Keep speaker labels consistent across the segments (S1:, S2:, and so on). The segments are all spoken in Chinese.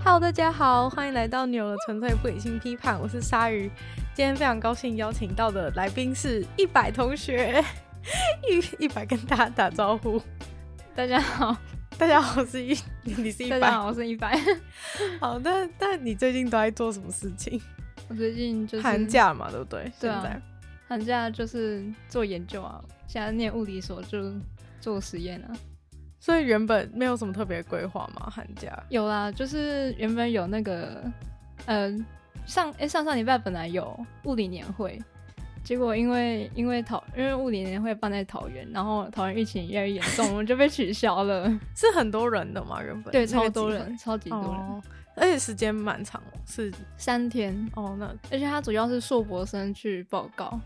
S1: Hello，大家好，欢迎来到扭了纯粹不理性批判，我是鲨鱼。今天非常高兴邀请到的来宾是一百同学，一一百跟大家打招呼。
S2: 大家好，
S1: 大家好，我是一，你是一
S2: 大
S1: 百。
S2: 家好，我是一百。
S1: 好，那那你最近都在做什么事情？
S2: 我最近就是
S1: 寒，假嘛，对不对？
S2: 对啊
S1: 现在
S2: 寒假就是做研究啊，现在念物理所就做实验啊。
S1: 所以原本没有什么特别规划嘛，寒假。
S2: 有啦，就是原本有那个，呃，上诶上上礼拜本来有物理年会，结果因为因为桃因为物理年会办在桃园，然后桃园疫情越来越严 重，我们就被取消了。
S1: 是很多人的嘛，原本那个
S2: 对，超多
S1: 机会
S2: 人，超级多人，
S1: 哦，而且时间蛮长哦，是
S2: 三天，
S1: 哦，那
S2: 而且他主要是硕博生去报告，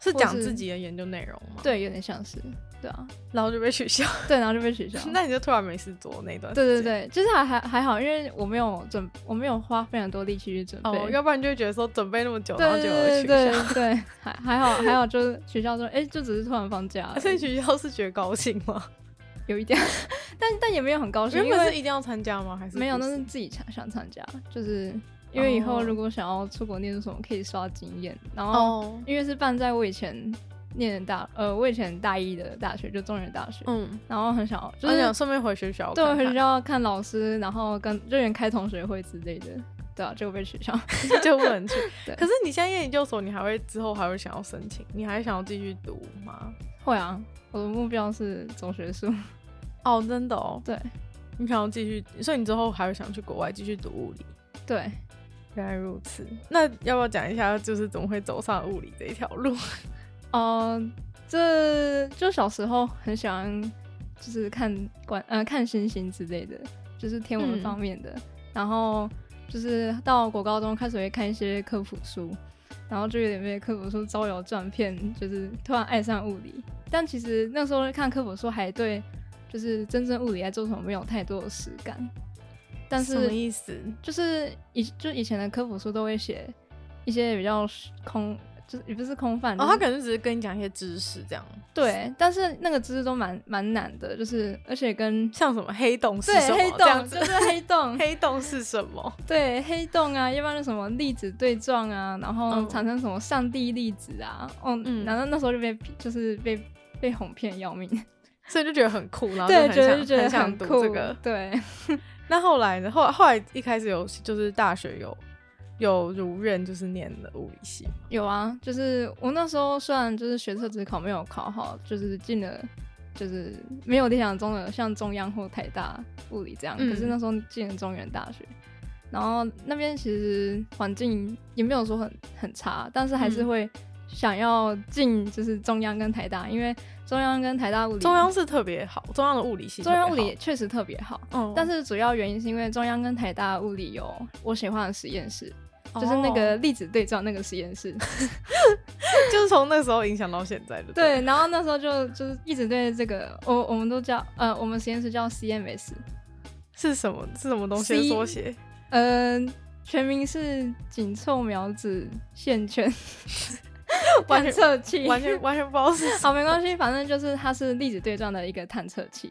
S1: 是
S2: 或
S1: 讲
S2: 是
S1: 自己的研究内容嘛，，
S2: 对，有点像是，对啊，
S1: 然后就被取消，
S2: 对，然后就被
S1: 。
S2: 取消
S1: 那你就突然没事做那段，
S2: 对对，对，就是还还还好，因为我没有准，我没有花非常多力气去准备。
S1: 哦，要不然就会觉得说准备那么久，然后
S2: 对
S1: 就
S2: 对
S1: 有
S2: 对
S1: 取消，
S2: 对对， 还还好还好，就是学校说，哎、就只是突然放假而已，
S1: 啊所以取消是觉得高兴 吗？
S2: 有一点， 但但也没有很高兴，
S1: 原
S2: 因
S1: 本是
S2: 为
S1: 一定要参加吗？还是
S2: 没有，
S1: 不
S2: 那
S1: 是
S2: 是自己想想参加，就是因为以后
S1: 哦
S2: 如果想要出国念书什么，可以刷经验。然后
S1: 哦，
S2: 因为是办在我以前念的大，呃，我以前大一的大学就中原大学，
S1: 嗯，
S2: 然后很想要就
S1: 就是想顺便回学校
S2: 对，
S1: 看看，
S2: 很需要看老师，然后跟就连开同学会之类的，对啊，结果被取消。
S1: 就不能去
S2: 对。
S1: 可是你现在研究所，你还会之后还会想要申请，你还想要继续读吗？
S2: 会啊，我的目标是走学术。
S1: 哦，真的哦，
S2: 对
S1: 你想要继续，所以你之后还会想去国外继续读物理。
S2: 对，
S1: 原来如此，那要不要讲一下，就是怎么会走上物理这一条路？
S2: 呃，这就小时候很喜欢，就是看观呃看星星之类的，就是天文
S1: 嗯
S2: 方面的。然后就是到国高中开始会看一些科普书，然后就有点被科普书招摇撞骗，就是突然爱上物理。但其实那时候看科普书还对，就是真正物理在做什么没有太多的实感。但 是
S1: 什么意思？
S2: 就是以就以前的科普书都会写一些比较空，就是也不是空泛，
S1: 哦，
S2: 就
S1: 他
S2: 是
S1: 可能只是跟你讲一些知识，这样，
S2: 对，但是那个知识都蛮蛮难的，就是而且跟
S1: 像什么黑洞是
S2: 对
S1: 什么
S2: 黑
S1: 这样
S2: 洞
S1: 子
S2: 就，是黑 洞，
S1: 黑洞是什么？
S2: 对黑洞啊，要不然就什么粒子对撞啊，然后
S1: 嗯
S2: 产生什么上帝粒子啊，哦，
S1: 嗯
S2: 然后那时候就被就是被被哄骗要命，
S1: 所以就觉得很酷，然哦后就
S2: 对，
S1: 很
S2: 觉得
S1: 想
S2: 就觉得
S1: 很想
S2: 很
S1: 读
S2: 酷，
S1: 这个。
S2: 对，
S1: 那后来呢？后后来一开始有就是大学有有如愿，就是念了物理系。
S2: 有啊，就是我那时候虽然就是学测只考没有考好，就是进了就是没有理想中的像中央或台大物理这样，
S1: 嗯
S2: 可是那时候进了中原大学，然后那边其实环境也没有说很很差，但是还是
S1: 嗯
S2: 会想要进就是中央跟台大，因为中央跟台大物理
S1: 中央是特别好，中央的物理系特
S2: 中
S1: 别好，
S2: 央物理确实特别好，
S1: 嗯，
S2: 但是主要原因是因为中央跟台大物理有我喜欢的实验室，
S1: 哦
S2: 就是那个粒子对撞那个实验室。
S1: 就是从那时候影响到现在的。
S2: 对，，然后那时候就就是一直对这个，我我们都叫呃，我们实验室叫 CMS，
S1: 是什么是什么东西的
S2: C-
S1: 缩 写？
S2: 嗯、呃，全名是紧凑苗子 线圈
S1: 完全
S2: 探测器。
S1: 完全完全不知道是什么。
S2: 好，没关系，反正就是它是粒子对撞的一个探测器。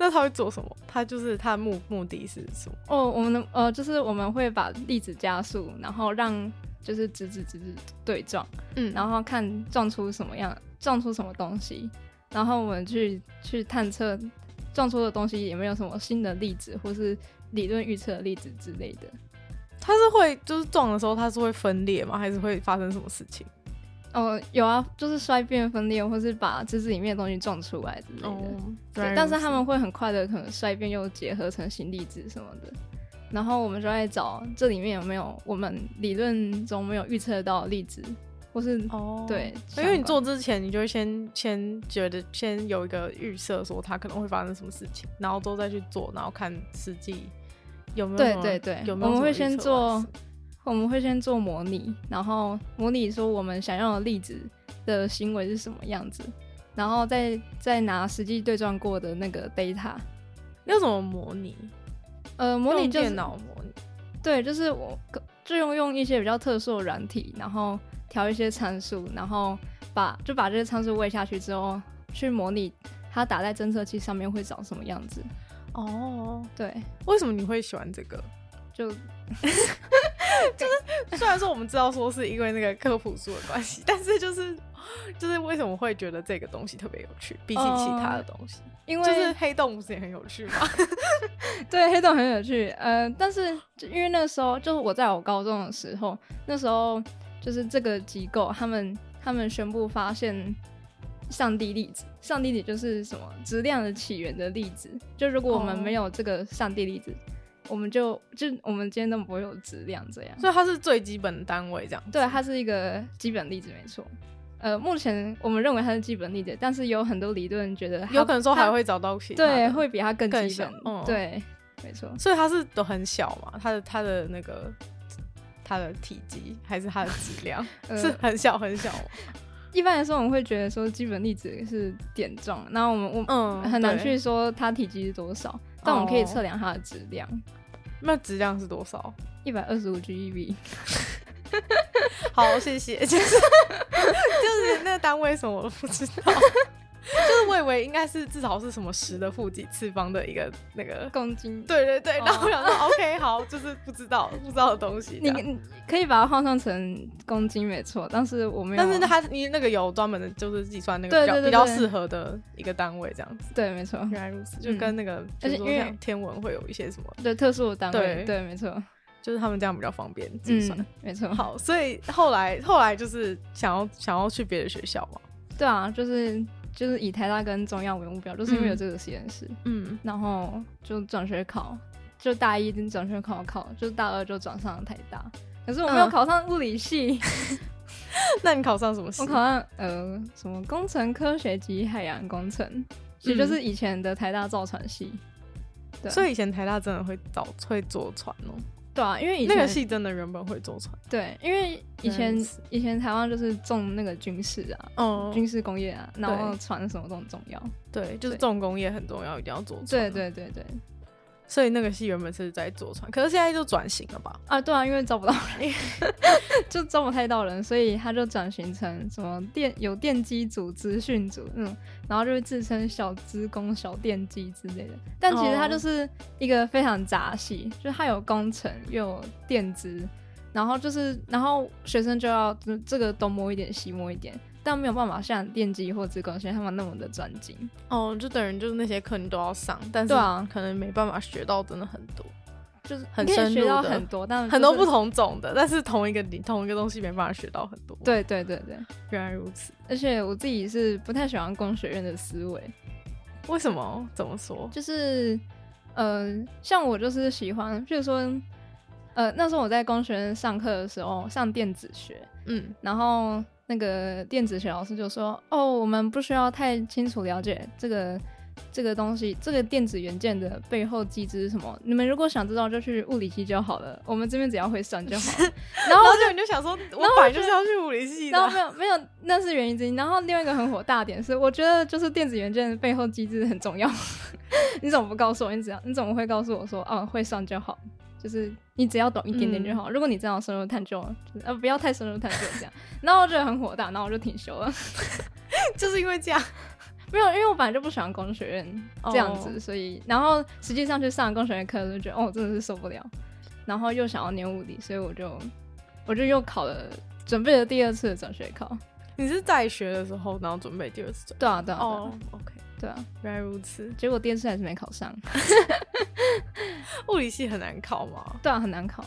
S1: 那他会做什么？他就是他的目目的是什么？
S2: 哦，我们的呃，就是我们会把粒子加速，然后让就是直直直直对撞，
S1: 嗯
S2: 然后看撞出什么样，撞出什么东西，然后我们去去探测撞出的东西有没有什么新的粒子，或是理论预测的粒子之类的。
S1: 他是会就是撞的时候，他是会分裂吗？还是会发生什么事情？
S2: 哦，有啊，就是衰变分裂，或是把质子里面的东西撞出来之类的。
S1: 哦
S2: 哦对
S1: 原来如此
S2: 但是他们会很快的可能衰变又结合成新粒子什么的，然后我们就在找这里面有没有我们理论中没有预测到的粒子，或是
S1: 哦
S2: 对
S1: 因为你
S2: 相关
S1: 做之前，你就会先先觉得先有一个预设，说它可能会发生什么事情，然后之后再去做，然后看实际有没有
S2: 对
S1: 什么
S2: 对对
S1: 有没有
S2: 我们会
S1: 什么预测
S2: 先做
S1: 到的
S2: 我们会先做模拟，然后模拟说我们想要的粒子的行为是什么样子，然后再再拿实际对撞过的那个 data，
S1: 那种模拟，
S2: 呃，模拟
S1: 用
S2: 就是
S1: 电脑模拟。
S2: 对，就是我就用用一些比较特殊的软体，然后调一些参数，然后把就把这些参数喂下去之后，去模拟它打在侦测器上面会长什么样子。
S1: 哦，
S2: 对，
S1: 为什么你会喜欢这个？
S2: 就
S1: 虽然说我们知道说是因为那个科普书的关系，但是就是就是为什么会觉得这个东西特别有趣？比起其他的东西，
S2: 因为
S1: 就是黑洞不是也很有趣吗？
S2: 对，黑洞很有趣。呃，但是就因为那时候就是我在我高中的时候，那时候就是这个机构他们他们宣布发现上帝粒子，上帝粒子就是什么质量的起源的粒子。就如果我们
S1: 哦
S2: 没有这个上帝粒子，我们就就我们今天都不会有质量这样。
S1: 所以它是最基本的单位，这样
S2: 对，它是一个基本粒子，没错。呃，目前我们认为它是基本粒子，但是有很多理论觉得它
S1: 有可能说还
S2: 它
S1: 会找到其他的
S2: 对，会比它更
S1: 更
S2: 基
S1: 小
S2: 本。
S1: 嗯
S2: 对，没错。
S1: 所以它是都很小嘛，它的它的那个它的体积还是它的质 量、
S2: 呃
S1: 是很小很 小吗，
S2: 一般来说，我们会觉得说基本粒子是点状，然后我们我、
S1: 嗯，
S2: 很难
S1: 对
S2: 去说它体积是多少，但我们可以
S1: 哦
S2: 测量它的质量，
S1: 那质量是多少？
S2: 一百二十五 GeV。
S1: 好，谢谢。 就是就是那个单位什么我都不知 道，就是我以为应该是至少是什么十的负几次方的一个那个。
S2: 公斤。
S1: 对对对，
S2: 哦
S1: 然后我想说、OK 好，就是不知道不知道的东西这
S2: 你
S1: 样。
S2: 你可以把它换算成公斤没错，但是我没有，
S1: 但是它你那个有专门的，就是计算那个
S2: 对
S1: 比较
S2: 对对
S1: 比较
S2: 对
S1: 适合的一个单位这样子。
S2: 对没错，
S1: 原来如此，就跟那个，
S2: 而
S1: 比
S2: 且
S1: 如
S2: 因
S1: 说
S2: 为
S1: 像天文会有一些什么，
S2: 对特殊的单位，
S1: 对
S2: 对没错，
S1: 就是他们这样比较方便计算。
S2: 嗯没错，
S1: 好，所以后来后来就是想要想要去别的学校嘛。
S2: 对啊，就是就是以台大跟中央为目标，就是因为有这个实验室，
S1: 嗯，
S2: 然后就转学考，就大一就转学考考，就大二就转上台大。可是我没有
S1: 嗯
S2: 考上物理系，
S1: 那你考上什么系
S2: 我？考上呃什么工程科学及海洋工程，其实就是以前的台大造船系。对，
S1: 嗯所
S2: 以
S1: 以以前台大真的会造会坐船哦、
S2: 对啊，因为以前
S1: 那个系嗯真的原本会坐船。
S2: 对，因为以前
S1: 原来如此
S2: 以前台湾就是重那个军事啊。
S1: 哦
S2: 军事工业啊，然后
S1: 对
S2: 船什么都很重要。
S1: 对，就是重工业很重要，一定要坐船。啊
S2: 对。对对对，
S1: 所以那个系原本是在坐船，可是现在就转型了吧？
S2: 啊对啊，因为招不到人， 就招不太到人，所以他就转型成什么电有电机组、资讯组那种，然后就是自称小资工、小电机之类的。但其实它
S1: 哦
S2: 就是一个非常杂系，就是它有工程又有电资，然后就是然后学生就要就是这个东摸一点西摸一点，但没有办法像电机或资工学他们那么的专精。
S1: 哦，就等于就是那些课你都要上，但是
S2: 对啊
S1: 可能没办法学到真的很多。
S2: 就是
S1: 很
S2: 你可以
S1: 深
S2: 学
S1: 入
S2: 到
S1: 的
S2: 很多，但、
S1: 很多
S2: 就
S1: 不
S2: 是。
S1: 同种的，但是同一个你同一个东西没办法学到很多。，
S2: 对对对对，
S1: 原来如此。
S2: 而且我自己是不太喜欢工学院的思维，
S1: 为什么？怎么说？
S2: 就是呃，像我就是喜欢，譬如说，呃，那时候我在工学院上课的时候上电子学，
S1: 嗯，
S2: 然后那个电子学老师就说，哦，我们不需要太清楚了解这个。这个东西，这个电子元件的背后机制是什么？你们如果想知道，就去物理系就好了。我们这边只要会算就好了。然
S1: 然
S2: 后
S1: 后就你就想说，我本来就是要去物理系
S2: 然后
S1: 的，
S2: 没有没有，那是原因之一。然后另外一个很火大的点是，我觉得就是电子元件背后机制很重要。 你怎么不告诉我？你怎样？你怎么会告诉我说，哦，会算就好？就是你只要懂一点点就好。如果你这样深入探究，就是呃，不要太深入探究这样。然后我觉得很火大，然后我就停休了。
S1: 就是因为这样。
S2: 没有，因为我本来就不喜欢工学院这样子
S1: 哦
S2: 所以然后实际上去上工学院课，就觉得哦，真的是受不了。然后又想要念物理，所以我就我就又考了，准备了第二次的转学考。
S1: 你是在学的时候，然后准备第二次转。
S2: 对啊，对啊，对啊
S1: 哦，OK，
S2: 对啊。
S1: 原来如此。
S2: 结果第二次还是没考上，
S1: 物理系很难考吗？
S2: 对啊，很难考，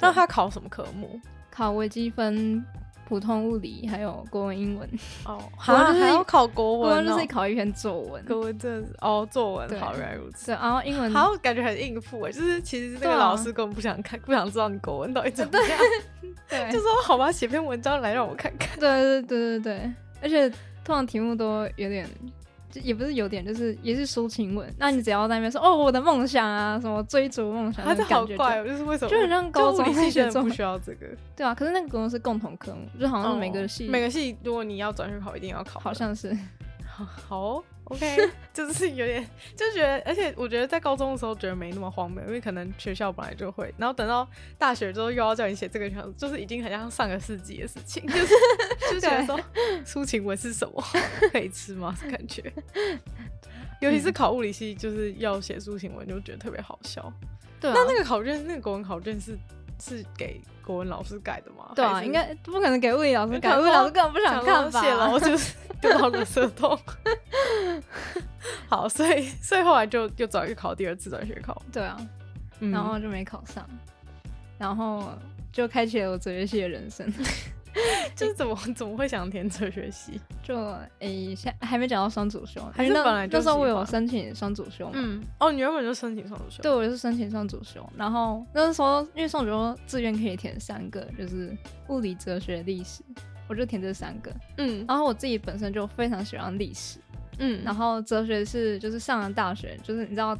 S1: 那他考什么科目？
S2: 考微积分、普通物理还有国文、英文，
S1: 哦，
S2: 国文
S1: 哈
S2: 就是
S1: 还要考国
S2: 国
S1: 文、哦，
S2: 文就是考一篇作文，
S1: 国文真的是哦，作文
S2: 对
S1: 好，原来如此。
S2: 对，然后英文
S1: 好，感觉很应付哎，就是其实那
S2: 对
S1: 个
S2: 啊
S1: 老师根本不想看，不想知道你国文到底怎么样，
S2: 对，
S1: 就
S2: 对
S1: 说好吧，写篇文章来让我看看。
S2: 对对对对对，而且通常题目都有点。就也不是有点，就是也是抒情文。那你只要在那边说哦，我的梦想啊，什么追逐梦想，
S1: 他
S2: 那
S1: 这
S2: 种
S1: 好
S2: 感觉
S1: 怪
S2: 就
S1: 哦，就是为什么
S2: 就很像高中
S1: 就物理系
S2: 在
S1: 真
S2: 学
S1: 的
S2: 作
S1: 不
S2: 文
S1: 需要这个，嗯
S2: 对啊。可是那个国文是共同科目，就好像是每个系，
S1: 每个系，如果你要转学考，一定要考的，
S2: 好像是
S1: 好 好哦 OK，就是 有点就觉得，而且我觉得在高中的时候觉得没那么荒谬，因为可能学校本来就会，然后等到大学之后又要叫你写这个，想就是已经很像上个世纪的事 情，就是 就觉得说抒情文是什么，可以吃吗？感 觉。尤其是考物理系，就是要写抒情文，就觉得特别好笑。
S2: 对啊，
S1: 那那个考卷，那个国文考卷是是给国文老师改的吗？
S2: 对啊，
S1: 还是
S2: 应该不可能给物理 老师
S1: 想
S2: 改，物
S1: 说
S2: 理老师根本不想看吧？
S1: 写了，我 就是丢到垃圾桶。 好，所以所以后来就又找一个考第二次转学考，
S2: 对啊，
S1: 嗯
S2: 然后就没考上，然后就开启了我哲学系的人生。
S1: 就是怎么 怎么会想填哲学系？
S2: 就诶，现还没讲到双主修，还
S1: 是
S2: 那
S1: 本来就
S2: 那时候
S1: 喜
S2: 我有
S1: 欢
S2: 申请双主修嘛，
S1: 嗯，哦，你原本就申请上主修，
S2: 对，我就是申请双主修，然后那时候因为双主修志愿可以填三个，就是物理、哲学、历史，我就填这三个。
S1: 嗯
S2: 然后我自己本身就非常喜欢历史，
S1: 嗯，
S2: 然后哲学是就是上了大学，就是你知道，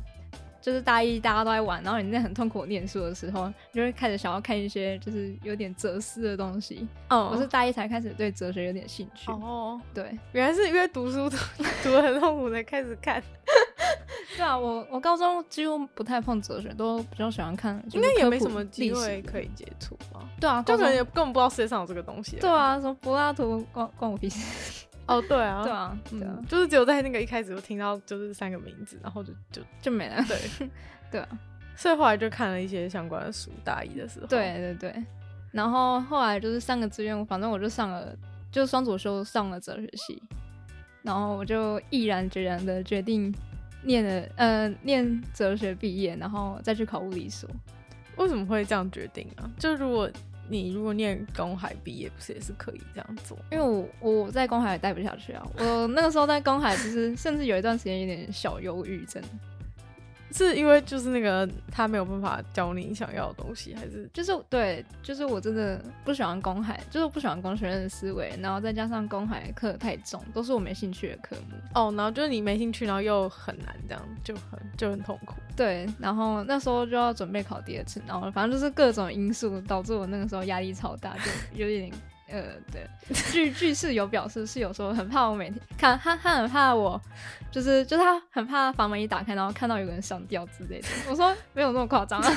S2: 就是大一大家都在玩，然后你在很痛苦念书的时候，你就会开始想要看一些就是有点哲思的东西。
S1: 嗯
S2: 我是大一才开始对哲学有点兴趣，
S1: 哦，
S2: 对。
S1: 原来是因为读书读 读得很痛苦才开始看，
S2: 对啊，我我高中几乎不太碰哲学，都比较喜欢看，
S1: 应该也没什么机
S2: 历
S1: 会
S2: 史。
S1: 可以接触吧。
S2: 对啊，
S1: 就
S2: 高
S1: 可
S2: 中
S1: 能也根本不知道世界上有这个东西。
S2: 对，啊，什么柏拉图关关我屁事。
S1: 哦，对啊，
S2: 对啊，对啊
S1: 嗯，，就是只有在那个一开始就听到就是三个名字，然后就就
S2: 就没 了。
S1: 对
S2: 对啊，
S1: 所以后来就看了一些相关的书，大一的时候。
S2: 对对对。然后后来就是三个志愿，反正我就上了，就双主修上了哲学系，然后我就毅然决然的决定念了呃念哲学毕业，然后再去考物理所。
S1: 为什么会这样决定啊？就如果你如果念公海毕业，不是也是可以这样做？
S2: 因为我我在公海也待不下去啊，我那个时候在公海其实甚至有一段时间有点小忧郁症，
S1: 是因为就是那个他没有办法教你想要的东西，还是
S2: 就是对，就是我真的不喜欢公海，就是不喜欢工学院的思维，然后再加上公海的课太重，都是我没兴趣的科目。
S1: 哦，然后就是你没兴趣，然后又很难，这样就很就很痛苦。
S2: 对，然后那时候就要准备考第二次，然后反正就是各种因素导致我那个时候压力超大，就 有点呃，对，据据室友表示室友说很怕我每天看他他很怕我，就是就是他很怕房门一打开，然后看到有个人上吊之类的。我说没有那么夸张 啊，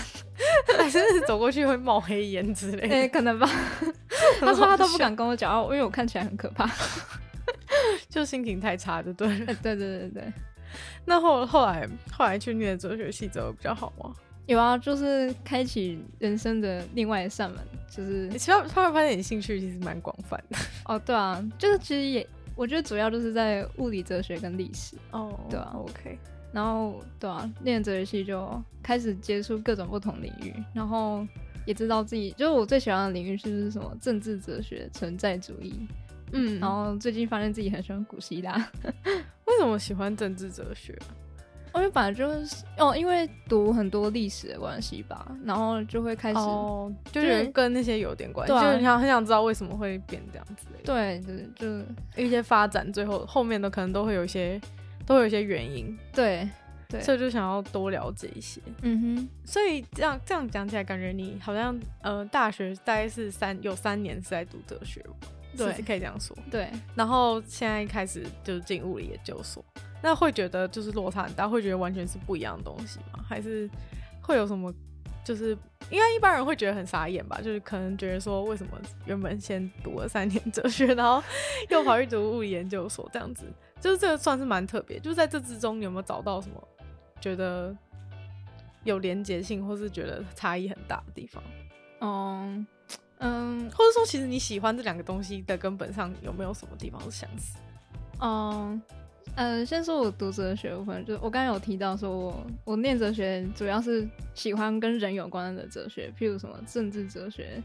S1: 还是走过去会冒黑烟之类
S2: 诶、
S1: 的。
S2: 可能 吧。他说他都不敢跟我讲，因为我看起来很可怕。
S1: 就心情太差，就对了。
S2: 对对对对对，
S1: 那后后来后来去念哲学系之后比较好吗？
S2: 有啊，就是开启人生的另外一扇门，就是
S1: 其实后来发现你兴趣其实蛮广泛的。
S2: 哦，对啊，就是其实也，我觉得主要就是在物理、哲学跟历史，
S1: 哦
S2: 对啊
S1: ，OK，
S2: 然后对啊，练哲学系就开始接触各种不同领域，然后也知道自己就是我最喜欢的领域是什么政治哲学、存在主义，
S1: 嗯
S2: 然后最近发现自己很喜欢古希腊，
S1: 为什么喜欢政治哲学？
S2: 因为本来就是哦，因为读很多历史的关系吧，然后就会开始。
S1: 哦，就
S2: 就是
S1: 是跟那些有点关系，
S2: 对啊
S1: 就是你想很想知道为什么会变这样之类的，
S2: 对，就是就是
S1: 一些发展最后后面的可能都会有一些都会有一些原因，
S2: 对，对
S1: 所以就想要多了解一些。
S2: 嗯哼，
S1: 所以这样这样讲起来，感觉你好像呃大学大概是三有三年是在读哲学吧，
S2: 对
S1: 是不是可以这样说。
S2: 对，
S1: 然后现在开始就是进物理研究所，那会觉得就是落差很大，会觉得完全是不一样的东西吗？还是会有什么？就是应该一般人会觉得很傻眼吧，就是可能觉得说为什么嗯原本先读了三年哲学，然后又跑去读物理研究所这样子，就是这个算是蛮特别。就是在这之中，你有没有找到什么觉得有连结性，或是觉得差异很大的地方？
S2: 嗯嗯，
S1: 或者说，其实你喜欢这两个东西的根本上有没有什么地方是相似？
S2: 嗯，呃，先说我读哲学的部分，就我刚才有提到说我我念哲学主要是喜欢跟人有关的哲学，譬如什么政治哲学、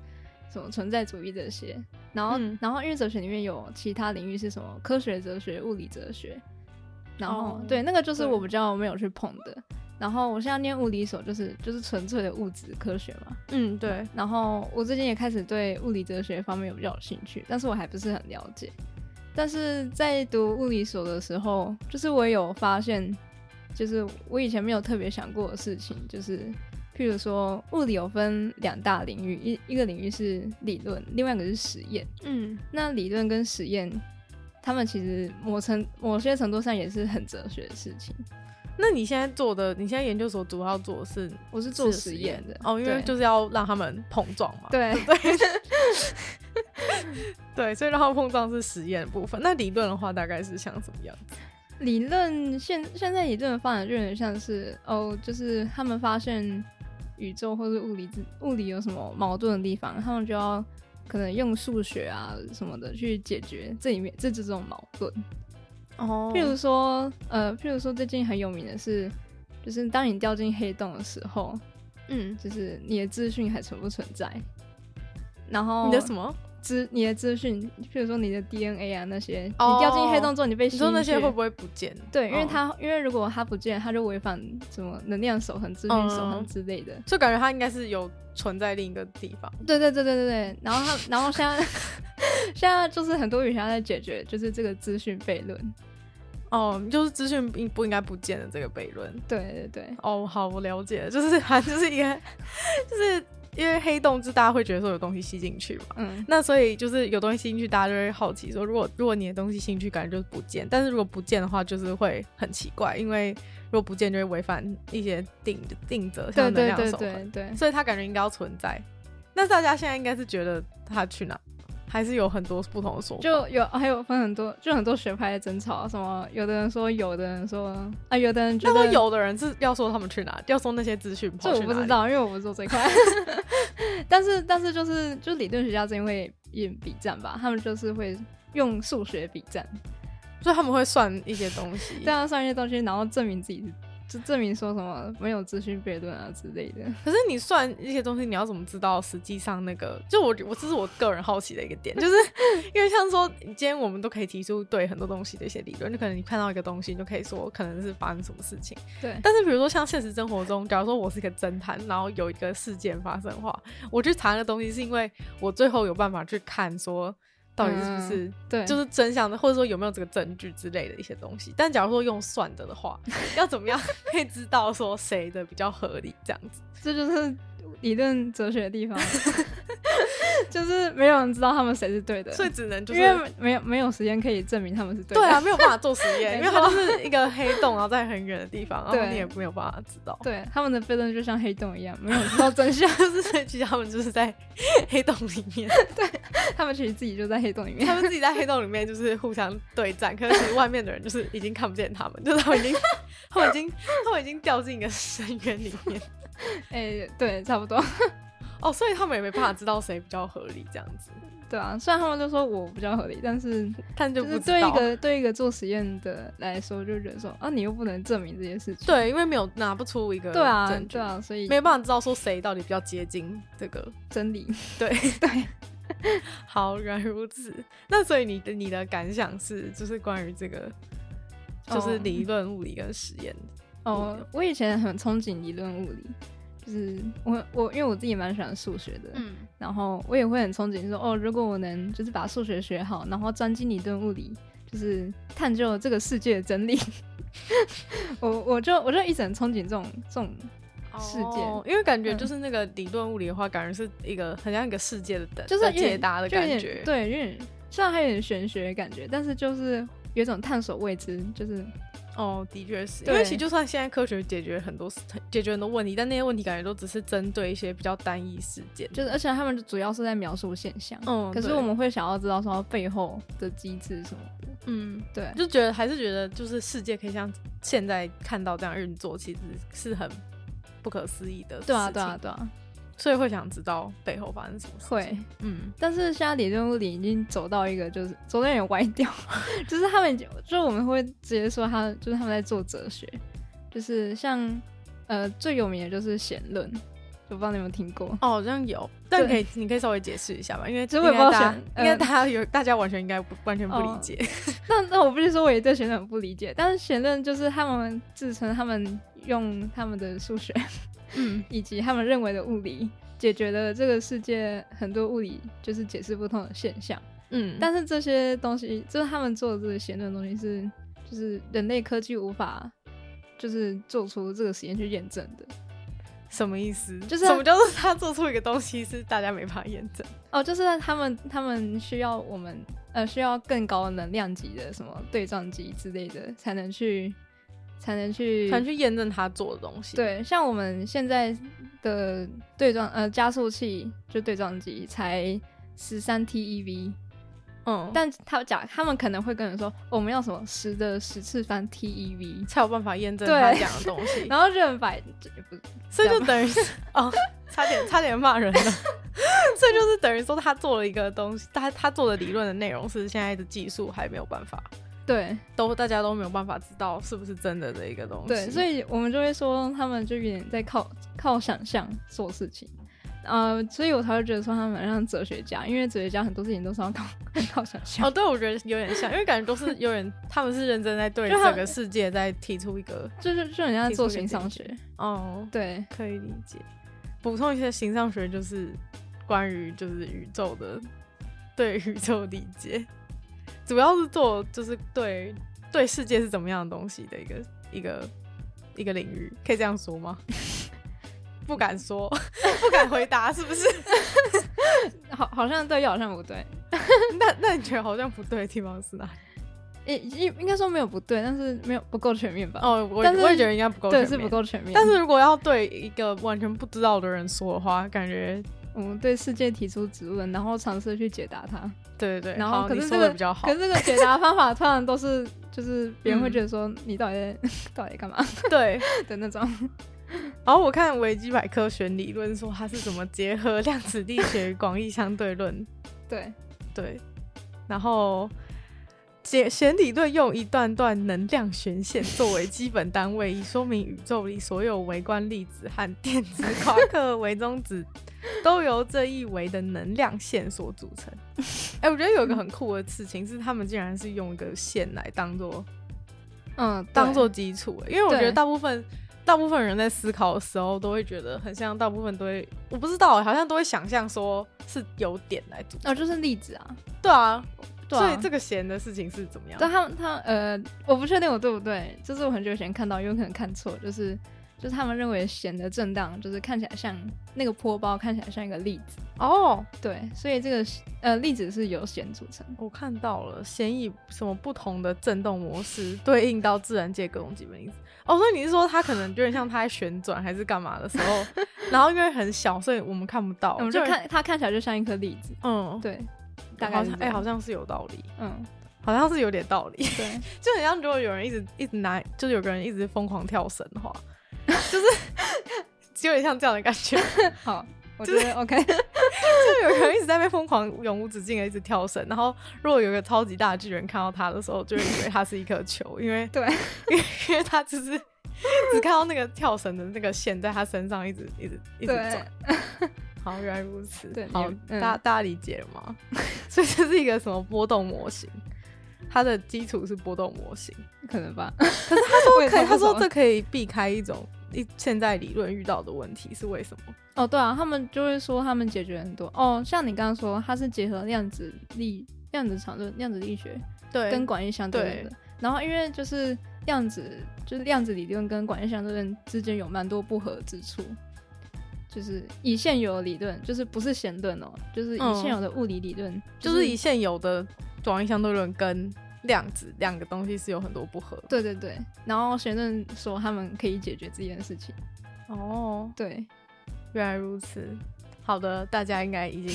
S2: 什么存在主义这些。然后，
S1: 嗯
S2: 然后因为哲学里面有其他领域是什么科学哲学、物理哲学，然后、
S1: 哦
S2: 对那个就是
S1: 对
S2: 我比较没有去碰的。然后我现在念物理所，就是就是纯粹的物质科学嘛。
S1: 嗯，对，
S2: 然后我最近也开始对物理哲学方面有比较有兴趣，但是我还不是很了解。但是在读物理所的时候，就是我有发现，就是我以前没有特别想过的事情，就是譬如说物理有分两大领域，一一个领域是理论，另外一个是实验。
S1: 嗯，
S2: 那理论跟实验，他们其实某程某些程度上也是很哲学的事情。
S1: 那你现在做的，你现在研究所主要做的是
S2: 我是做
S1: 是
S2: 实验的
S1: 哦，因为
S2: 对
S1: 就是要让他们碰撞嘛。
S2: 对，
S1: 对，所以让他们碰撞是实验的部分。那理论的话，大概是像什么样子？
S2: 理论现现在理论的发展就有点像是哦，就是他们发现宇宙或是物理之物理有什么矛盾的地方，他们就要可能用数学啊什么的去解决这里面这这种矛盾。
S1: 哦
S2: 譬如说，呃，譬如说最近很有名的是，就是当你掉进黑洞的时候，
S1: 嗯，
S2: 就是你的资讯还存不存在？然后
S1: 你的什么？
S2: 资你的资讯，譬如说你的 DNA 啊那些，
S1: 哦
S2: 你掉进黑洞之后，你被吸
S1: 你
S2: 进
S1: 说那些
S2: 去
S1: 会不会不见？
S2: 对，因为
S1: 嗯
S2: 它、因为如果它不见，它就违反什么能量守恒、资讯守恒
S1: 嗯
S2: 之类的。
S1: 就感觉它应该是有存在另一个地方。
S2: 对对对对对对。然后它，然后现在 现在就是很多语言在解决，就是这个资讯悖论。
S1: 哦，就是资讯应不应该不见的这个悖论。
S2: 对对对，
S1: 哦，好，我了解了，就是 它就是一个，就是因为黑洞是大家会觉得说有东西吸进去嘛。
S2: 嗯，
S1: 那所以就是有东西吸进去，大家就会好奇说，如果如果你的东西吸进去，感觉就是不见。但是如果不见的话，就是会很奇怪，因为如果不见就会违反一些定定则，
S2: 对
S1: 像能
S2: 对
S1: 量
S2: 对
S1: 守恒。
S2: 对对。
S1: 所以它感觉应该要存在。那大家现在应该是觉得它去哪，还是有很多不同的说法？
S2: 就有还有分很多，就很多学派的争吵，啊什么有的人说有的人说啊，有的人觉
S1: 那么
S2: 得，
S1: 有的人是要说他们去哪，要说那些资讯跑
S2: 这
S1: 去
S2: 我
S1: 哪
S2: 不知
S1: 里。
S2: 道，因为我不是做这一块。 但是但是就是就理论学家之间会演比战吧，他们就是会用数学比战，
S1: 所以他们会算一些东 西。
S2: 这样算一些东西，然后证明自己是就证明说什么没有资讯悖论啊之类的。
S1: 可是你算一些东西，你要怎么知道实际上那个？就我我这是我个人好奇的一个点，就是因为像说今天我们都可以提出对很多东西的一些理论，就可能你看到一个东西，你就可以说可能是发生什么事情。
S2: 对，
S1: 但是比如说像现实生活中，假如说我是一个侦探，然后有一个事件发生的话，我去查那个东西，是因为我最后有办法去看说到底是不是、
S2: 对，
S1: 就是真相的，或者说有没有这个证据之类的一些东西。但假如说用算的的话，要怎么样 可以知道说谁的比较合理这样子？
S2: 这就是理论哲学的地方， 就是没有人知道他们谁是对的，
S1: 所以只能就是
S2: 因为没有没有时间可以证明他们是对的。
S1: 对啊，没有办法做实 验，因
S2: 没
S1: 为
S2: 错
S1: 它就是一个黑洞，然后在很远的地方，然后
S2: 对
S1: 你也没有办法知道。，
S2: 对，他们的悖论就像黑洞一样，没有人知道真相
S1: 就是所以其实他们就是在黑洞里面，
S2: 他们其实自己就在黑洞里面。
S1: 他们自己在黑洞里面就是互相对战，可是其实外面的人就是已经看不见他们，就是他们已经，他们已经，他们已经掉进一个深渊里面。
S2: 哎、对，差不多。
S1: 哦，所以他们也没办法知道谁比较合理这样子，
S2: 对啊，虽然他们就说我比较合理，但是
S1: 但就
S2: 就
S1: 不
S2: 是
S1: 知
S2: 对
S1: 道
S2: 一个对一个做实验的来说，就觉得说啊，你又不能证明这件事情。
S1: 对，因为没有拿不出一个
S2: 对啊
S1: 证，据
S2: 对，啊，所以
S1: 没有办法知道说谁到底比较接近这个。
S2: 真理。
S1: 对
S2: 对，
S1: 好，原来如此。那所以你的你的感想是，就是关于这个，就是
S2: 哦
S1: 理论物理跟实验。
S2: 哦，我以前很憧憬理论物理，就是我我因为我自己蛮喜欢数学的，
S1: 嗯，
S2: 然后我也会很憧憬说，哦，如果我能就是把数学学好，然后专精理论物理，就是探究这个世界的真理。 我我就我就一直很憧憬这种这种，世界
S1: 哦因为感觉
S2: 嗯
S1: 就是那个理论物理的话，感觉是一个很像一个世界的等，
S2: 就是
S1: 在
S2: 有点
S1: 解答的
S2: 就有
S1: 感
S2: 点
S1: 觉。，
S2: 对，有点虽然还有点玄学的感觉，但是就是有一种探索未知，就是
S1: 哦，的确是，因
S2: 对
S1: 为其实就算现在科学解决很多事解决很多问题，但那些问题感觉都只是针对一些比较单一事件。
S2: 就是，而且他们主要是在描述现象，
S1: 嗯
S2: 可是
S1: 对
S2: 我们会想要知道说背后的机制什么的，
S1: 嗯，
S2: 对，
S1: 就觉得还是觉得就是世界可以像现在看到这样运作，其实是很不可思议的。
S2: 对啊，对啊，，对啊，
S1: 所以会想知道背后发生什么事。
S2: 会。
S1: 嗯，
S2: 但是现在理论物理已经走到一个就是走的有点歪掉，就是他们已经就是我们会直接说他就是他们在做哲学，就是像呃最有名的就是弦论，我不知道你有没有听过。
S1: 哦，好像有，但可
S2: 对
S1: 以，你可以稍微解释一下吧，因为
S2: 其实我也不知道哦
S1: 应该大家应该
S2: 想呃
S1: 大家有大家完全应该不完全不理解。
S2: 那那我必须说我也对弦论很不理解，但是弦论就是他们自称他们用他们的数学
S1: 嗯，
S2: 以及他们认为的物理解决了这个世界很多物理就是解释不通的现象。
S1: 嗯，
S2: 但是这些东西，就是他们做的这个闲论的东西是，就是人类科技无法，就是做出这个实验去验证的。
S1: 什么意思？
S2: 就是
S1: 什么叫做他做出一个东西是大家没法验证？
S2: 哦，就是他们他们需要我们呃需要更高的能量级的什么对撞机之类的，才能去才能去
S1: 反正去验证他做的东西。，
S2: 对，像我们现在的对撞呃加速器就对撞机才十三 TeV，
S1: 嗯，但
S2: 但他讲他们可能会跟你说我们要什么十的十次方 TEV，
S1: 才有办法验证
S2: 对
S1: 他讲的东 西，
S2: 然后就很白，这也不是
S1: 所以
S2: 这
S1: 就
S2: 样
S1: 等于是哦， 差点差点骂人了， 所以就是等于说他做了一个东西，他他做的理论的内容是现在的技术还没有办法，
S2: 对
S1: 都大家都没有办法知道是不是真的的一个东西，
S2: 对，所以我们就会说他们就有点在靠靠想象做事情。呃，所以我才会觉得说他们很像哲学家，因为哲学家很多事情都是要靠 靠想象。
S1: 哦，对，我觉得有点像，因为感觉都是有点，他们是认真在对
S2: 就他们
S1: 整个世界在提出一个，
S2: 就是就人家在
S1: 提
S2: 做
S1: 出一个
S2: 形上
S1: 见
S2: 学，
S1: 哦，
S2: 对
S1: 可以理解。补充一下，形上学就是关于就是宇宙的对宇宙理解，主要是做就是对对世界是怎么样的东西的一个一个一个领域，可以这样说 吗？不敢说，不敢回答，是不 是？
S2: 好好像对，又好像不对，
S1: 那那你觉得好像不对的地方是哪里？
S2: 也应应该说没有不对，但是没有不够全面吧？，
S1: 哦，我
S2: 但是
S1: 我也觉得应该不够
S2: 对，
S1: 全
S2: 是不
S1: 面
S2: 够全面。
S1: 但是如果要对一个完全不知道的人说的话，感觉
S2: 我们对世界提出质问，然后尝试去解答它，
S1: 对对对，
S2: 然后
S1: 好
S2: 可
S1: 你
S2: 是
S1: 说
S2: 这
S1: 的
S2: 个
S1: 比较好嗯
S2: 可。是这个解答方法通常都是就是别人会觉得说你到底在 到底在干嘛
S1: 对，
S2: 的那种。
S1: 然后我看维基百科选理论说它是怎么结合量子力学与广义相对论，
S2: 对，
S1: 对，然后解弦理论用一段段能量弦线作为基本单位，以说明宇宙里所有微观粒子和电子夸克微中子都由这一维的能量线所组成。哎、我觉得有一个很酷的事情是，他们竟然是用一个线来当做
S2: 嗯，对
S1: 当做基础、欸因为我觉得
S2: 对
S1: 大部分大部分人在思考的时候，都会觉得很像，大部分都会我不知道，欸好像都会想象说是由点来组成。
S2: 哦，就是例子啊。
S1: 对啊，
S2: 对
S1: 所
S2: 啊
S1: 以这个弦的事情是怎么样？
S2: 但他们他们呃，我不确定我对不对，就是我很久以前看到，有可能看错，就是就是他们认为弦的震荡就是看起来像那个坡包看起来像一个粒子，
S1: 哦，
S2: 对，所以这个呃粒子是由弦组成。
S1: 我看到了，弦以什么不同的振动模 式对应到自然界各种基本因子。哦，所以你是说它可能有点像它在旋转还是干嘛的时 候，然后因为很小，所以我们看不到，
S2: 我们就看它看起来就像一颗粒子，
S1: 嗯，
S2: 对，大
S1: 好
S2: 概是
S1: 像
S2: 这
S1: 哎、
S2: 样
S1: 好像是有道理，
S2: 嗯，
S1: 好像是有点道理。
S2: 对，
S1: 就很像如果有人一直一直拿，就是有个人一直疯狂跳绳 的话，就是有点像这样的感 觉，
S2: 好，我觉
S1: 就是
S2: 得 OK，
S1: 就有个人一直在那边疯狂永无止境的一直跳绳，然后如果有一个超级大的巨人看到他的时候，就会以为他是一颗球，因为
S2: 对，
S1: 因为 因为他只是 只看到那个跳绳的那个线在他身上一直一直一直
S2: 对
S1: 转。，好，原来如此。
S2: 对
S1: 好
S2: 你，嗯
S1: 大大家理解了吗？ 所以这是一个什么波动模型？它的基础是波动模型。
S2: 可能吧。可是他说
S1: 可以，他说这可以避开一种一现在理论遇到的问题是为什么？
S2: 哦，对啊，他们就会说他们解决很多哦，像你刚刚说，它是结合量子力、量子场论、量子力学
S1: 对
S2: 跟广义相对论的。然后因为就是量子，就是量子理论跟广义相对论之间有蛮多不合之处。就是以现有的理论，就是不是弦论哦，就是以
S1: 嗯
S2: 现有的物理理论，
S1: 就是以现有的广义相对论跟量子两个东西是有很多不合。
S2: 对对对，然后弦论说他们可以解决这件事情，
S1: 哦，
S2: 对，
S1: 原来如此。好的，大家应该已经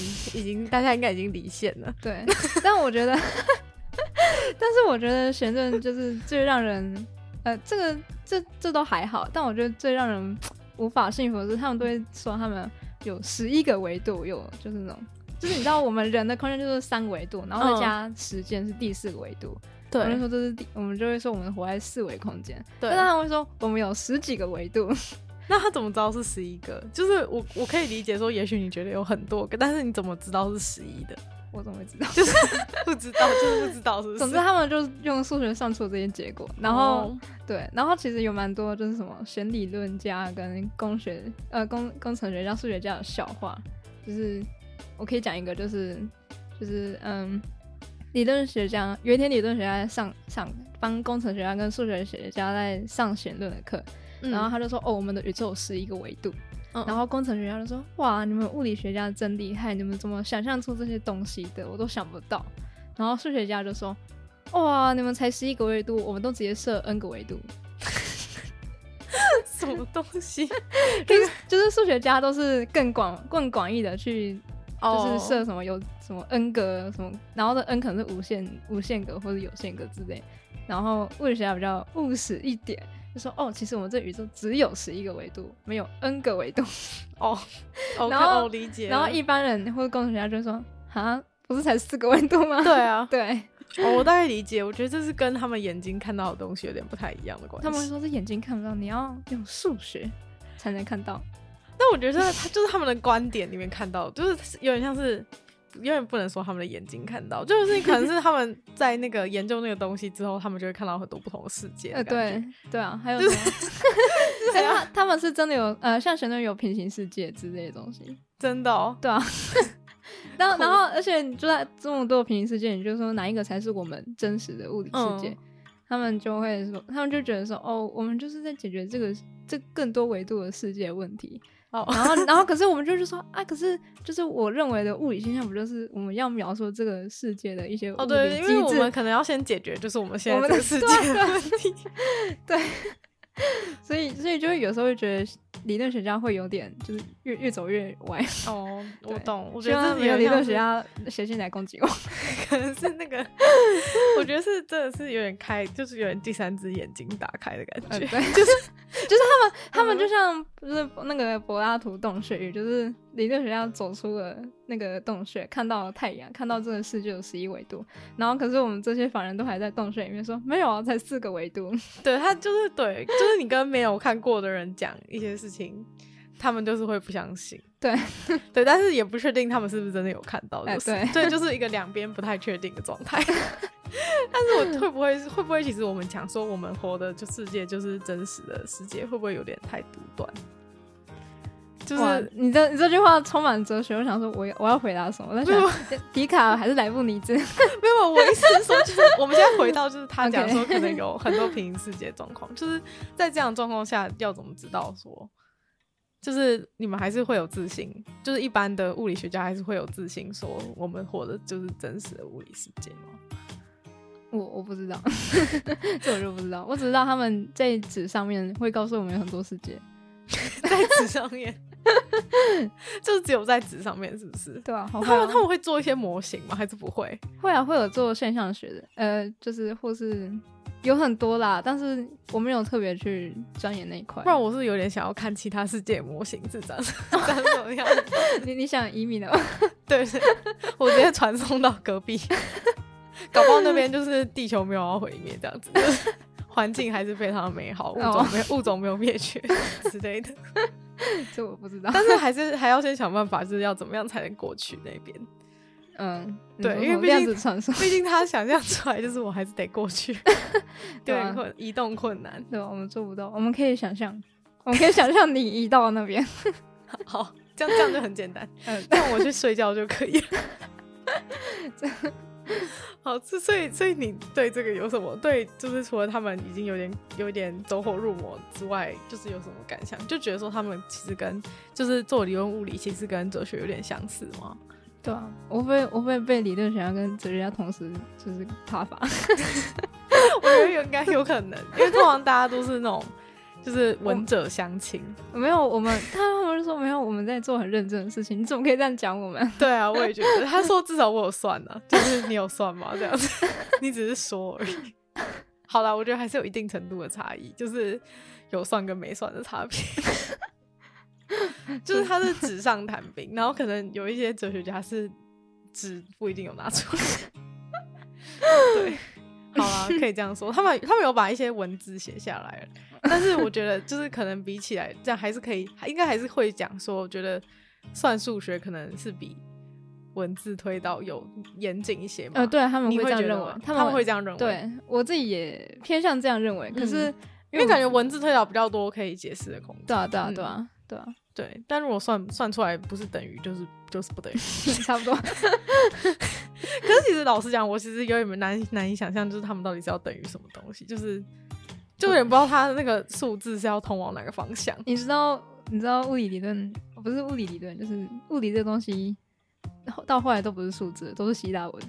S1: 已经大家应该已经离线了。
S2: 对，但我觉得， 但是我觉得玄正就是最让人，呃，这个这这都还好，但我觉得最让人无法信服的是，他们都会说他们有十一个维度，有就是那种，就是你知道我们人的空间就是三维度，然后再加时间是第四个维度，我
S1: 嗯
S2: 们就
S1: 对
S2: 说这是第，我们就会说我们活在四维空间，
S1: 对
S2: 但，他们会说我们有十几个维度，
S1: 那他怎么知道是十一个？就是我我可以理解说，也许你觉得有很多个，但是你怎么知道是十一的？
S2: 我怎么会知道？
S1: 不知道，就是不知道，是 不是？
S2: 总之，他们就是用数学算出这些结果，然后
S1: 哦
S2: 对，然后其实有蛮多就是什么选理论家跟工学呃工工程学家、数学家的笑话，就是我可以讲一个，就是就是嗯，理论学家有一天理论学家在上上帮工程学家跟数学学家在上弦论的课，
S1: 嗯
S2: 然后他就说哦，我们的宇宙是一个维度，
S1: 嗯
S2: 然后工程学家就说哇，你们物理学家真厉害，你们怎么想象出这些东西的？我都想不到。然后数学家就说哇，你们才十一个维度，我们都直接设 n 个维度，
S1: 什 么东西？
S2: 就是就是数学家都是更广更广义的去就是
S1: 哦
S2: 设什么有什么 n 格什么，然后的 n 可能是无限无限格或者有限格之类。然后物理学家比较务实一点，就说哦，其实我们这宇宙只有十一个维度，没有 n 个维度。
S1: 哦，哦
S2: 然
S1: 看
S2: 后
S1: 哦理解了，
S2: 然后一般人或者工程学家就会说啊，不是才四个维度吗？，
S1: 对啊
S2: 对，
S1: 哦，我大概理解，我觉得这是跟他们眼睛看到的东西有点不太一样的关系。
S2: 他们会说是眼睛看不到，你要用数学才能看到。
S1: 但我觉得他就是他们的观点里面看到，就是有点像是，有点不能说他们的眼睛看到，就是可能是他们在那个研究那个东西之后，他们就会看到很多不同的世界。
S2: 呃，对，对啊，还有
S1: 就
S2: 什 么？ 但他他们是真的有呃，像旋转有平行世界之类的东西。
S1: 真的哦，
S2: 对啊。 然后，
S1: 酷
S2: 然后，而且你就在这么多平行世界，你就说哪一个才是我们真实的物理世界？
S1: 嗯
S2: 他们就会说，他们就觉得说，哦，我们就是在解决这个这更多维度的世界问题。
S1: 哦
S2: 然后，然后，可是我们就是说啊，可是就是我认为的物理现象，不就是我们要描述这个世界的一些物
S1: 哦
S2: 理
S1: 对，
S2: 机
S1: 因
S2: 制？
S1: 为我们可能要先解决，就是我们现
S2: 我
S1: 在
S2: 们
S1: 这
S2: 的
S1: 个世界的问
S2: 对啊
S1: 题。
S2: 所以，所以就会有时候会觉得理论学家会有点就是越越走越歪。
S1: 哦，我
S2: 对
S1: 懂，我
S2: 我
S1: 觉得这
S2: 没有理论学
S1: 家
S2: 家写信来攻击我。
S1: 可能是那 个，我觉得是真的是有点开，就是有点第三只眼睛打开的感
S2: 呃
S1: 觉。
S2: 对，就是就是他们， 他们就像就是那个柏拉图洞穴域，就是理论学家走出了那个洞穴，看到了太阳，看到这个世界有十一维度，然后可是我们这些凡人都还在洞穴里面说没有啊，才四个 维度。
S1: 对他就是对，就是你跟没有看过的人讲一些事情，他们就是会不相信。
S2: 对
S1: 对，但是也不确定他们是不是真的有看到，
S2: 哎
S1: 就是、
S2: 对
S1: 对，就是一个两边不太确定的状态。 但是我会不会会不会，其实我们讲说我们活的就世界就是真实的世界，会不会有点太独断？就
S2: 哇
S1: 是，
S2: 你这你这句话充满哲学，我想说我我要回答什么？我在
S1: 没有
S2: 想笛卡尔还是莱布尼兹？
S1: 没有，我意思是说，就是我们现在回到就是他讲说，可能有很多平行世界状况，就是在这样的状况下，要怎么知道说，就是你们还是会有自信，就是一般的物理学家还是会有自信说，我们活的就是真实的物理世界吗？
S2: 我我不知道， 这我就不知道，我只知道他们在纸上面会告诉我们有很多世界。
S1: 在纸上面，就只有在纸上面，是不是？
S2: 对啊，好
S1: 他
S2: 坏
S1: 们
S2: 啊
S1: 他们会做一些模型吗？还是不会？
S2: 会啊，会有做现象学的，呃，就是或是有很多啦，但是我没有特别去钻研那一块。
S1: 不然我是有点想要看其他世界模型是长 长什么样子。
S2: 你你想移民的吗？
S1: 对， 对我直接传送到隔壁， 搞不好那边就是地球没有要毁灭这样子， 就是环境还是非常美好，物
S2: 哦
S1: 种没有物种没有灭 绝之类的。
S2: 这我不知道。
S1: 但是还是还要先想办法，就是要怎么样才能过去那边。
S2: 嗯，你
S1: 对
S2: 说
S1: 因为
S2: 什么
S1: 毕
S2: 量
S1: 竟
S2: 子传输，
S1: 毕竟他想象出来，就是我还是得过去， 有
S2: 对啊
S1: 点困移动困难。
S2: 对吧？啊我们做不到，我们可以想象，我们可以想象你移到那边。
S1: 好，这样这样就很简单，
S2: 嗯，
S1: 让我去睡觉就可以了。 好，这所以所以你对这个有什么对？就是除了他们已经有点有一点走火入魔之外，就是有什么感想？就觉得说他们其实跟就是做理论物理，其实跟哲学有点相似吗？
S2: 对啊，我会我会被理论学家跟哲学家同时就是踏伐。
S1: 我觉得有应该有可能，因为通常大家都是那种就是闻者相亲。
S2: 没有，我们他们就说没有，我们在做很认真的事情，你怎么可以这样讲我 们？
S1: 对啊，我也觉得。他说至少我有算呢、就是你有算吗？这样子，你只是说而已。好啦，我觉得还是有一定程度的差异，就是有算跟没算的差别。 就是他是纸上谈兵，然后可能有一些哲学家是纸不一定有拿出来。 对，好啦，可以这样说。他们他们有把一些文字写下来了，但是我觉得就是可能比起来，这样还是可以，应该还是会讲说，我觉得算数学可能是比文字推导有严谨一些嘛。
S2: 呃，，对啊，他们
S1: 你
S2: 会这
S1: 会
S2: 样
S1: 觉得
S2: 认为
S1: 吗，
S2: 他
S1: 们
S2: 们
S1: 会这样认为，，
S2: 对我自己也偏向这样认为，可是
S1: 因为感觉文字推导比较多可以解释的空间。
S2: 对啊，对啊，
S1: 嗯
S2: 对啊，对啊，
S1: 对，但如果算算出来不是等于就是就是不等于。
S2: 差不多。
S1: 可是其实老实讲，我其实有点难难以想象，就是他们到底是要等于什么东西，就是就有点不知道它的那个数字是要通往哪个方向。
S2: 你知道，你知道物理理论哦不是物理理论，就是物理这个东西，后到后来都不是数字，都是希腊文，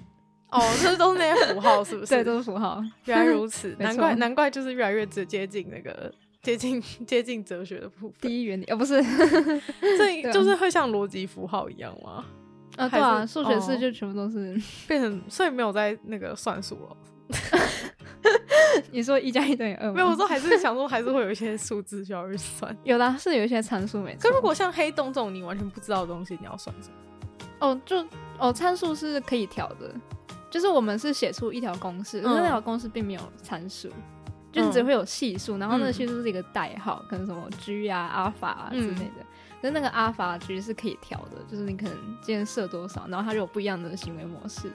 S1: 哦，这都是那些符号，是 不是？
S2: 对，都是符 号。
S1: 原来如 此，
S2: 没
S1: 难怪
S2: 错
S1: 难怪就是越来越接接近那个接近接近哲学的部分，
S2: 哦第一原理，呃，不是，
S1: 这
S2: 对啊
S1: 就是会像逻辑符号一样吗？
S2: 啊，
S1: 还
S2: 对啊，
S1: 是
S2: 数学四
S1: 哦
S2: 就全部都是。
S1: 变成所以没有在那个算数了。
S2: 你说一加一等于二吗？
S1: 没有，我说还是想说还是会有一些数字需要去算。
S2: 有啦，是有一些参数没错。
S1: 可如果像黑洞这种你完全不知道的东西，你要算什么？
S2: 哦，就哦，参数是可以调的，就是我们是写出一条公式，可是
S1: 嗯
S2: 那条公式并没有参数，就是只会有系数，然后那个系数是一个代号，可能什么 G 啊、阿尔法啊之类的。可是那个阿尔法 G 是可以调的，就是你可能今天设多少，然后它就有不一样的行为模式。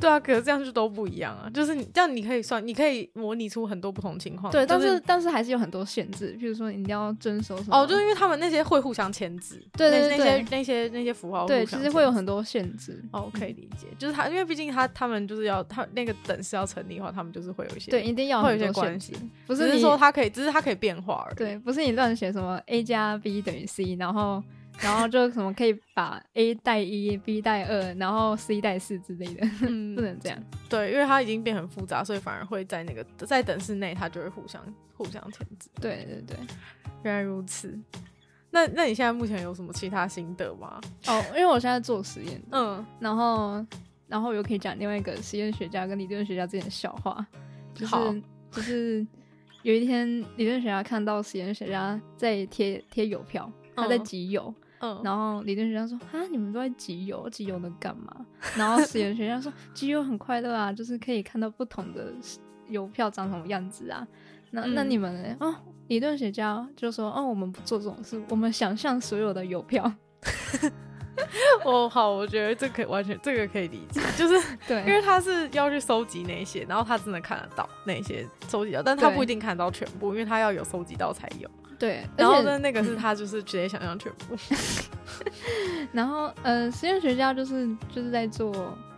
S1: 对啊，可是这样就都不一样啊。就是你这样，你可以算，你可以模拟出很多不同情况。
S2: 对，
S1: 就
S2: 但是但是还是有很多限制，比如说你一定要遵守什么。
S1: 哦，就是因为他们那些会互相牵制，
S2: 对对
S1: 那
S2: 对
S1: 那些那些那些符号
S2: 对，
S1: 互
S2: 其
S1: 相
S2: 实会有
S1: 牵制
S2: 很多限制。
S1: 哦，可以理解，就是他，因为毕竟他他们就是要他那个等式要成立的话，他们就是会有一些
S2: 对，，一定要
S1: 会
S2: 很
S1: 有一些
S2: 多限
S1: 关
S2: 制
S1: 系，
S2: 不
S1: 只
S2: 是
S1: 是
S2: 你
S1: 说它可以，只是它可以变化而已。
S2: 对，不是你乱写什么 a 加 b 等于 c，然后然后就什么可以把 a 带一，b 带二，然后 c 带四之类的，
S1: 嗯
S2: 不能这样。
S1: 对，因为它已经变很复杂，所以反而会在那个在等式内，它就会互相互相牵制。
S2: 对对对，
S1: 原来如此。那那你现在目前有什么其他心得吗？
S2: 哦，因为我现在做实验，
S1: 嗯，
S2: 然后然后我又可以讲另外一个实验学家跟理论学家之间的笑话，就
S1: 好
S2: 是就是有一天理论学家看到实验学家在贴贴邮票，他在
S1: 嗯
S2: 集邮，
S1: 嗯，
S2: 然后理论学家说：“啊，你们都在集邮，集邮能干嘛？”然后实验学家说：“集邮很快乐啊，就是可以看到不同的邮票长什么样子啊。那”那、
S1: 嗯
S2: 你们呢？哦，理论学家就说：“哦，我们不做这种事，我们想象所有的邮票。
S1: 哦，好，我觉得这可以完全这个可以理解，就是 因
S2: 对
S1: 为他是要去收集那些，然后他真的看得到那些收集到，但他
S2: 对
S1: 不一定看得到全部，因为他要有收集到才有。”
S2: 对，
S1: 然后
S2: 而
S1: 呢，
S2: 且
S1: 那个是他就是直接想象全部。
S2: 然后呃，实验学家就是就是在做，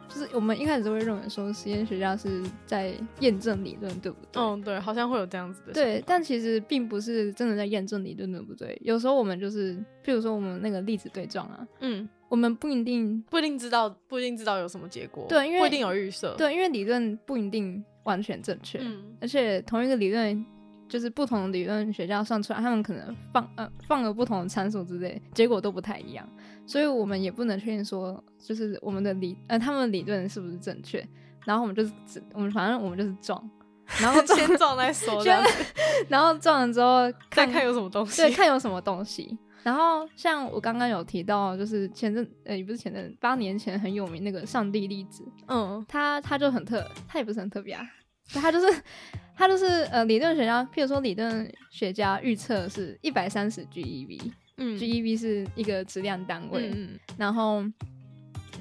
S2: 就是我们一开始都会认为说实验学家是在验证理论，对不对？
S1: 嗯，对，好像会有这样子的。，
S2: 对，但其实并不是真的在验证理论，对不对？有时候我们就是，譬如说我们那个粒子对撞啊，
S1: 嗯，
S2: 我们不一定
S1: 不一定知道，不一定知道有什么结果。
S2: 对因为
S1: 不一定有预设。，
S2: 对，因为理论不一定完全正确，
S1: 嗯，
S2: 而且同一个理论。就是不同的理论学家算出来，他们可能放呃放了不同的参数之类，结果都不太一样，所以我们也不能确定说，就是我们的理呃他们的理论是不是正确。然后我们就是只我们反正我们就是撞， 然后 撞，
S1: 先撞再说，这
S2: 先
S1: 样子
S2: 然后撞了之后
S1: 再看有什么东西。
S2: 对，看有什么东西。然后像我刚刚有提到，就是前阵呃也不是前阵，八年前很有名那个上帝粒子，
S1: 嗯
S2: 它它就很特，它也不是很特别啊，它就是它就是呃理论学家，譬如说理论学家预测是一百三十 E GeV，GeV、
S1: 嗯
S2: GeV 是一个质量单位，
S1: 嗯
S2: 然后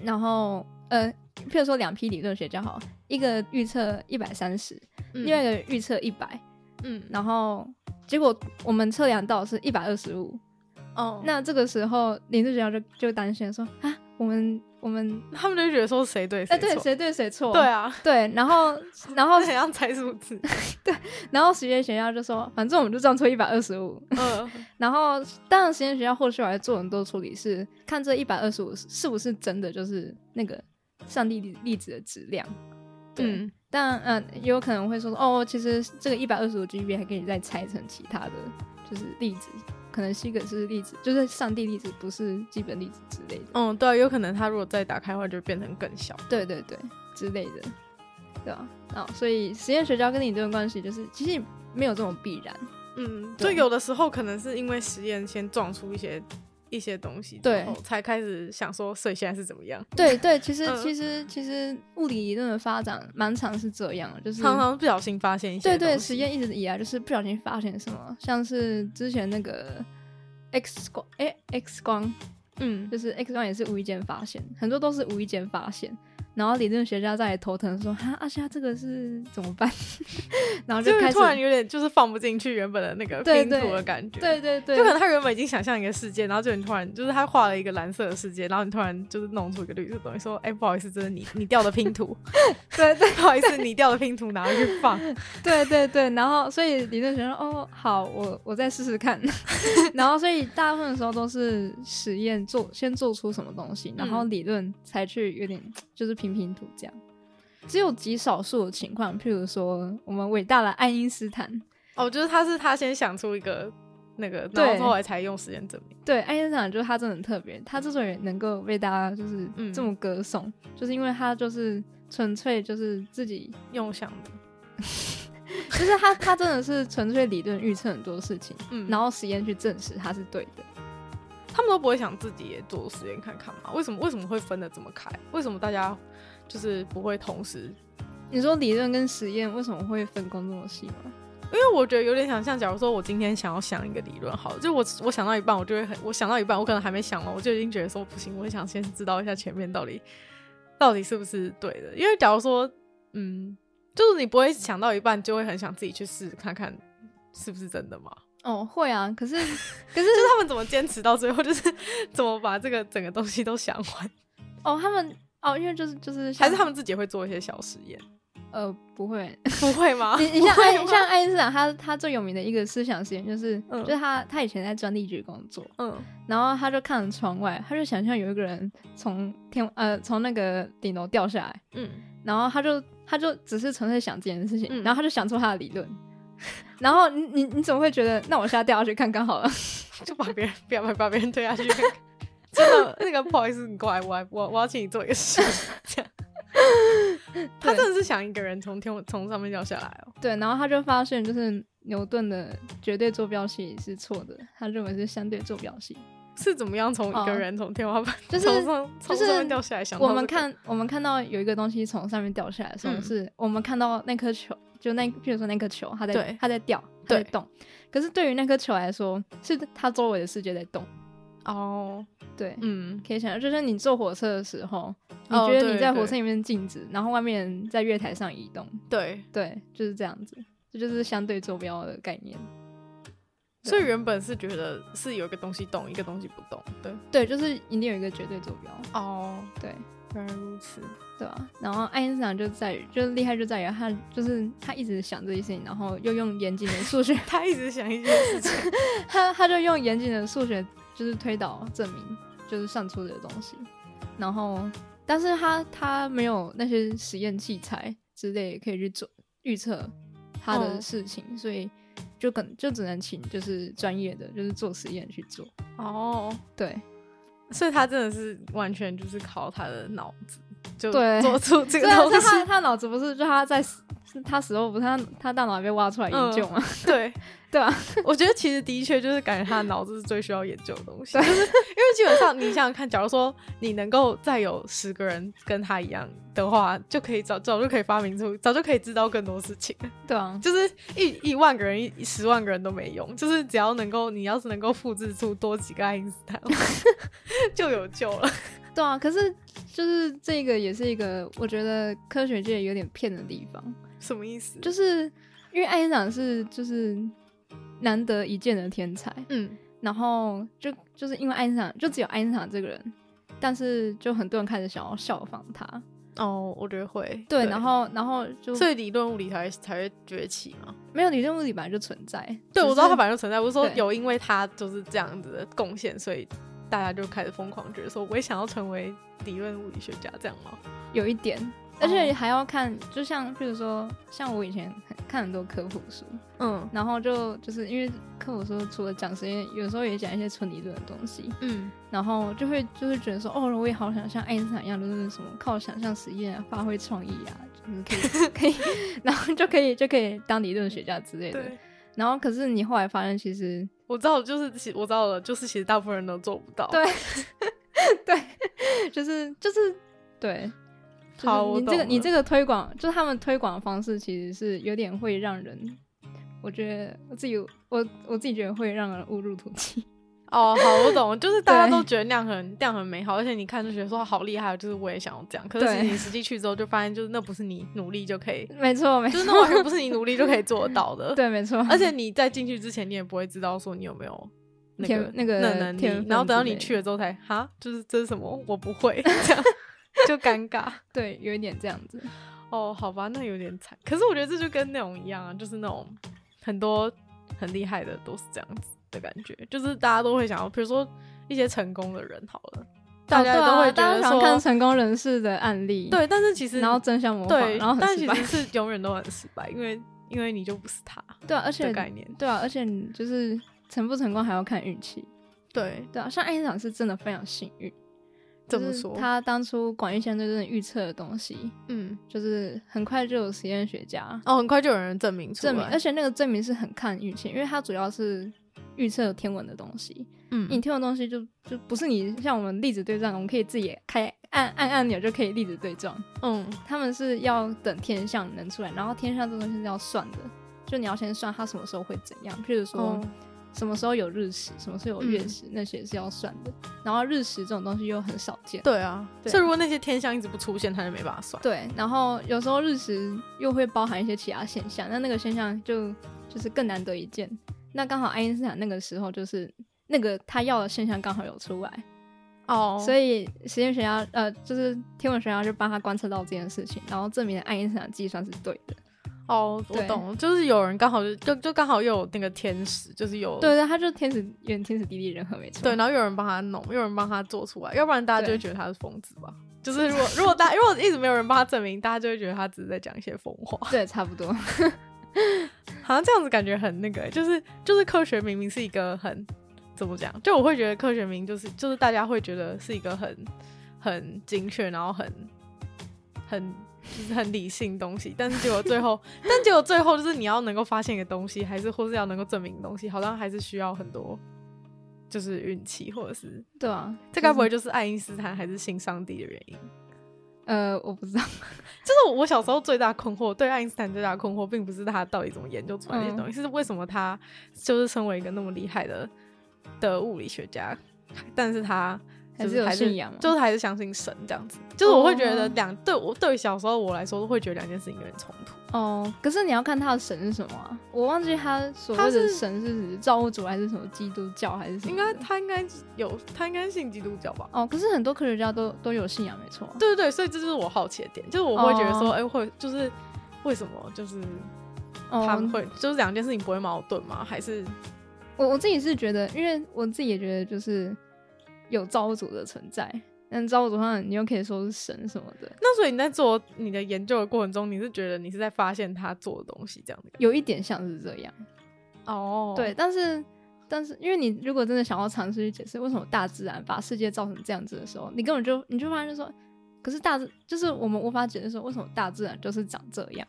S2: 然后呃譬如说两批理论学家好了，一个预测一百三十，
S1: 嗯，
S2: 另外一个预测一百，
S1: 嗯，
S2: 然后结果我们测量到是一百二十五。
S1: 哦，
S2: 那这个时候，林志学就就担心说啊，我们我们
S1: 他们就觉得说谁对
S2: 哎、
S1: 谁
S2: 对
S1: 错，
S2: 谁对谁错？
S1: 对啊，
S2: 对，然后然后
S1: 他很像猜数 字，
S2: 然后实验学校就说，反正我们就这样出一百二十五。
S1: 嗯
S2: 然后当然实验学校后续还做很多处理是，看这一百二十五是不是真的就是那个上帝粒粒子的质量。 对，
S1: 嗯
S2: 但嗯、也有可能会说哦，其实这个一百二十五 GB 还可以再拆成其他的，就是粒子，可能西格是粒子，就是上帝粒子，不是基本粒子之类的。
S1: 嗯，对啊，有可能他如果再打开的话，就会变成更小。
S2: 对对对之类的，对啊，啊，所以实验学家跟理论关系就是其实没有这种必然，
S1: 嗯，就
S2: 对
S1: 有的时候可能是因为实验先撞出一些一些东西，
S2: 对
S1: 后才开始想说，所以现在是怎么样？
S2: 对对，其实、
S1: 嗯
S2: 其实其实物理理论的发展蛮常是这样的，就是
S1: 常常不小心发现一些
S2: 对对
S1: 东西
S2: 实验一直以来就是不小心发现什么，像是之前那个 X 光哎 X 光
S1: 嗯
S2: 就是 X 光也是无意间发现，很多都是无意间发现。然后理论学家在来头疼说：“哈，啊，现在这个是怎么办？” 然后就
S1: 就
S2: 开
S1: 是
S2: 始
S1: 突然有点就是放不进去原本的那个
S2: 对
S1: 拼
S2: 对
S1: 图的感觉，
S2: 对对对，
S1: 就可能他原本已经想象一个世界，然后就你突然就是他画了一个蓝色的世界，然后你突然就是弄出一个绿色的东西，说：“哎、不好意思，这是你你掉的拼图，
S2: 对对
S1: 不好意思，你掉的拼图拿回去 放。
S2: 对对对，然后所以理论学说哦，好，我我再试 试看。然后所以大部分的时候都是实验做，先做出什么东西，然后
S1: 嗯
S2: 理论才去有点就是拼拼图这样。只有极少数的情况，譬如说我们伟大的爱因斯坦，”
S1: 哦，就是他是他先想出一个那个，然
S2: 对
S1: 后后来才用实验证明。
S2: 对，爱因斯坦就是他真的很特别，他之所以能够被大家就是
S1: 嗯
S2: 这么歌颂，就是因为他就是纯粹就是自己，
S1: 用想的，
S2: 就是他他真的是纯粹理论预测很多事情，
S1: 嗯，
S2: 然
S1: 后
S2: 后实验去证实他是对的。
S1: 他们都不会想自己也做实验看看嘛？为什么为什么会分的这么开？为什么大家就是不会同时？
S2: 你说理论跟实验为什么会分工这么细吗？
S1: 因为我觉得有点想像，假如说我今天想要想一个理论，好了，就我我想到一半，我就会很，我想到一半，我可能还没想完，我就已经觉得说不行，我想先知道一下前面到底到底是不是对的。因为假如说，嗯，就是你不会想到一半就会很想自己去试试看看是不是真的嘛？
S2: 哦，会啊， 可是可是
S1: 就是他们怎么坚持到最后，就是怎么把这个整个东西都想完，
S2: 哦，他们哦，因为就是就是像
S1: 还是他们自己会做一些小实验？
S2: 呃不会，
S1: 不会吗？
S2: 你你像
S1: 不会
S2: 爱
S1: 吗
S2: 像爱因斯坦他他最有名的一个思想实验就是、
S1: 嗯
S2: 就是他他以前在专利局工作，
S1: 嗯
S2: 然后他就看着窗外，他就想象有一个人从天呃从那个顶楼掉下来，
S1: 嗯，
S2: 然后他就他就只是纯粹想这件事情，
S1: 嗯
S2: 然后他就想出他的理论。 然后你你你怎么会觉得？那我现在掉下去看看好了。
S1: 就把别人不要把别人推下去。 真的，那个不好意思，你过来，我来我我要请你做一个事。 这样，他真的是想一个人从天从上面掉下来哦。
S2: 对，然后他就发现就是牛顿的绝对坐标系是错的，他认为是相对坐标系。
S1: 是怎么样从一个
S2: 哦
S1: 人从天花板
S2: 就是
S1: 从上
S2: 就
S1: 从
S2: 是
S1: 上面掉下来？想到
S2: 我们
S1: 这个
S2: 看我们看到有一个东西从上面掉下来的时候
S1: 嗯
S2: 是，我们看到那颗球，就那譬如说那颗球，它在
S1: 对
S2: 它在掉，它在
S1: 对
S2: 动。可是对于那颗球来说，是它周围的世界在动。
S1: 哦，
S2: 对，
S1: 嗯，
S2: 可以想象，就是你坐火车的时候，你
S1: 哦
S2: 觉得
S1: 对
S2: 你在
S1: 对
S2: 火车里面静止，然后外面人在月台上移动，
S1: 对。
S2: 对，就是这样子。这就是相对坐标的概念，
S1: 所以原本是觉得是有一个东西动，一个东西不动。对，
S2: 对，就是一定有一个绝对坐标，
S1: 哦，
S2: 对。
S1: 原来如此。
S2: 对吧、然后爱因斯坦就在于，就是厉害就在于他就是他一直想这些事情，然后又用严谨的数学，
S1: 他一直想一件事情。
S2: 他他就用严谨的数学就是推导证明就是算出的东西，然后但是他他没有那些实验器材之类可以去做预测他的
S1: 哦
S2: 事情，所以就跟就只能请就是专业的就是做实验去做，
S1: 哦，
S2: 对，
S1: 所以他真的是完全就是靠他的脑子就
S2: 对
S1: 做 出这个
S2: 虽然
S1: 东
S2: 是
S1: 西。
S2: 他他脑子不是就他在死他死后不是他他大脑还被挖出来研
S1: 嗯
S2: 究吗？
S1: 对
S2: 对啊，
S1: 我觉得其实的确就是感觉他的脑子是最需要研究的东 西，就是因为基本上你想想看，假如说你能够再有十个人跟他一样的话，就可以早早就可以发明出，早就可以知道更多事情。
S2: 对啊，
S1: 就是一一万个人、一十万个人都没用，就是只要能够你要是能够复制出多几个爱因斯坦， 就有救了。
S2: 对啊，可是就是这个也是一个我觉得科学界有点骗的地方，
S1: 什么意思？
S2: 就是因为爱因斯坦是就是难得一见的天才，
S1: 嗯，
S2: 然后就就是因为爱因斯坦就只有爱因斯坦这个人，但是就很多人开始想要效仿他，
S1: 哦，我觉得会
S2: 对，然后然后就
S1: 所以理论物理才会才会崛起嘛。
S2: 没有理论物理本来就存在，
S1: 对，我
S2: 只
S1: 知道
S2: 是
S1: 它本来就存在，我是说
S2: 对
S1: 有因为它就是这样子的贡献，所以大家就开始疯狂觉得说，我也想要成为理论物理学家，这样吗？
S2: 有一点，而
S1: 哦
S2: 且还要看，就像譬如说像我以前很看很多科普书，
S1: 嗯
S2: 然后就就是因为课我说除了讲实验，有时候也讲一些纯理论的东西，
S1: 嗯，
S2: 然后就会就会觉得说，哦，我也好想像爱因斯坦一样，就是什么靠想象实验啊，发挥创意啊， 就是可以可以，然后就可以就可以当理论学家之类的。
S1: 对，
S2: 然后可是你后来发现，其实
S1: 我知道，就是其我知道了，就是其实大部分人都做不到。
S2: 对 对，就是就是对。就是
S1: 好我
S2: 你这个
S1: 懂
S2: 你
S1: 了
S2: 这个推广，就是他们推广的方式，其实是有点会让人，我觉得我自己我我自己觉得会让人误入途径。
S1: 哦，好，我懂，就是大家
S2: 对
S1: 都觉得那样很那样很美好，而且你看就觉得说好厉害，就是我也想要这样。可是
S2: 对
S1: 其实你实际去之后，就发现就是那不是你努力就可以，
S2: 没错，没
S1: 就
S2: 错，
S1: 是那完全不是你努力就可以做得到 的。，
S2: 对，没错。
S1: 而且你在进去之前，你也不会知道说你有没有那个
S2: 天那个
S1: 那能力
S2: 天分，
S1: 然后等到
S2: 之类
S1: 你
S2: 的
S1: 去了之后才哈，就是这是什么，我不 会，这样就尴尬。
S2: 对，有一点这样子。
S1: 哦，好吧，那有点惨。可是我觉得这就跟那种一样啊，就是那种很多很厉害的都是这样子的感觉，就是大家都会想要，比如说一些成功的人好了，大家
S2: 哦对啊
S1: 都会觉
S2: 大
S1: 得
S2: 家想看
S1: 说，
S2: 成功人士的案例，，
S1: 对，但是其实
S2: 然后争相模仿，
S1: 对，
S2: 然后
S1: 但
S2: 很失
S1: 其
S2: 败
S1: 实，是永远都很失败，因为因为你就不是他
S2: 对啊，而
S1: 的
S2: 且
S1: 概念。
S2: 对啊，而且你就是成不成功还要看运气。
S1: 对，
S2: 对啊，像爱因斯坦是真的非常幸运。
S1: 怎么
S2: 就是
S1: 说？
S2: 他当初广义相对论预测的东西，
S1: 嗯，
S2: 就是很快就有实验学家
S1: 哦，很快就有人证明出来，
S2: 证明，而且那个证明是很看运气，因为它主要是预测天文的东西。你
S1: 嗯，
S2: 天文东西就就不是你像我们粒子对撞，我们可以自己开按按按钮就可以粒子对撞。
S1: 嗯，
S2: 他们是要等天象能出来，然后天象这东西是要算的，就你要先算它什么时候会怎样。譬如说，
S1: 哦，嗯
S2: 什么时候有日食，什么时候有月食，那些是要算的。然后日食这种东西又很少见，
S1: 对啊，
S2: 对
S1: 所以如果那些天象一直不出现，他就没办法算。
S2: 对。然后有时候日食又会包含一些其他现象，那那个现象就就是更难得一见。那刚好爱因斯坦那个时候就是那个他要的现象刚好有出来，
S1: 哦，
S2: 所
S1: 以
S2: 以实验学家呃就是天文学家就帮他观测到这件事情，然后证明了爱因斯坦的计算是对的。
S1: 哦，我
S2: 对
S1: 懂了，就是有人刚好就就就刚好又有那个天使，就是有
S2: 对对，他就是天时有点天时地利人和，没错。
S1: 对，然后有人帮他弄，有人帮他做出来，要不然大家就
S2: 对
S1: 会觉得他是疯子吧。就是如果如果大如果一直没有人帮他证明，大家就会觉得他只是在讲一些疯话，
S2: 对，差不多。
S1: 好像这样子感觉很那个欸、就是就是科学明明是一个很怎么讲，就我会觉得科学明明就是就是大家会觉得是一个很很精确，然后很很就是很理性的东西，但是结果最后， 但结果最后就是你要能够发现一个东西，还是或是要能够证明的东西，好像还是需要很多就是运气或者是
S2: 对啊，
S1: 这该不会就是爱因斯坦还是信上帝的原因？
S2: 呃，我不知道。
S1: 就是我小时候最大困惑，对爱因斯坦最大困惑，并不是他到底怎么研究出来这些东西，
S2: 嗯
S1: 是为什么他就是身为一个那么厉害的的物理学家，但是他就
S2: 还是有信仰吗啊
S1: 就是还是相信神这样子。就是我会觉得两、对我对于小时候我来说，会觉得两件事情有点冲突。
S2: 哦，可是你要看他的神是什么啊？我忘记他所
S1: 他
S2: 谓
S1: 是
S2: 的神是指造物主还是什么基督教还是什么
S1: 应
S2: 的？
S1: 该他应该有他应该信基督教吧？
S2: 哦，可是很多科学家都都有信仰，没错啊。
S1: 对对对，所以这就是我好奇的点，就是我会觉得说，
S2: 哦
S1: 哎、会就是为什么就是
S2: 哦
S1: 他们会、就是两件事情不会矛盾吗？还是
S2: 我我自己是觉得，因为我自己也觉得就是有造物主的存在，但造物主的话，你又可以说是神什么的，
S1: 那所以你在做你的研究的过程中，你是觉得你是在发现他做的东西这样子？
S2: 有一点像是这样。
S1: 哦
S2: 对，，但是但是，因为你如果真的想要尝试去解释为什么大自然把世界造成这样子的时候，你根本就你就发现就说，可是大自就是我们无法解释说为什么大自然就是长这样，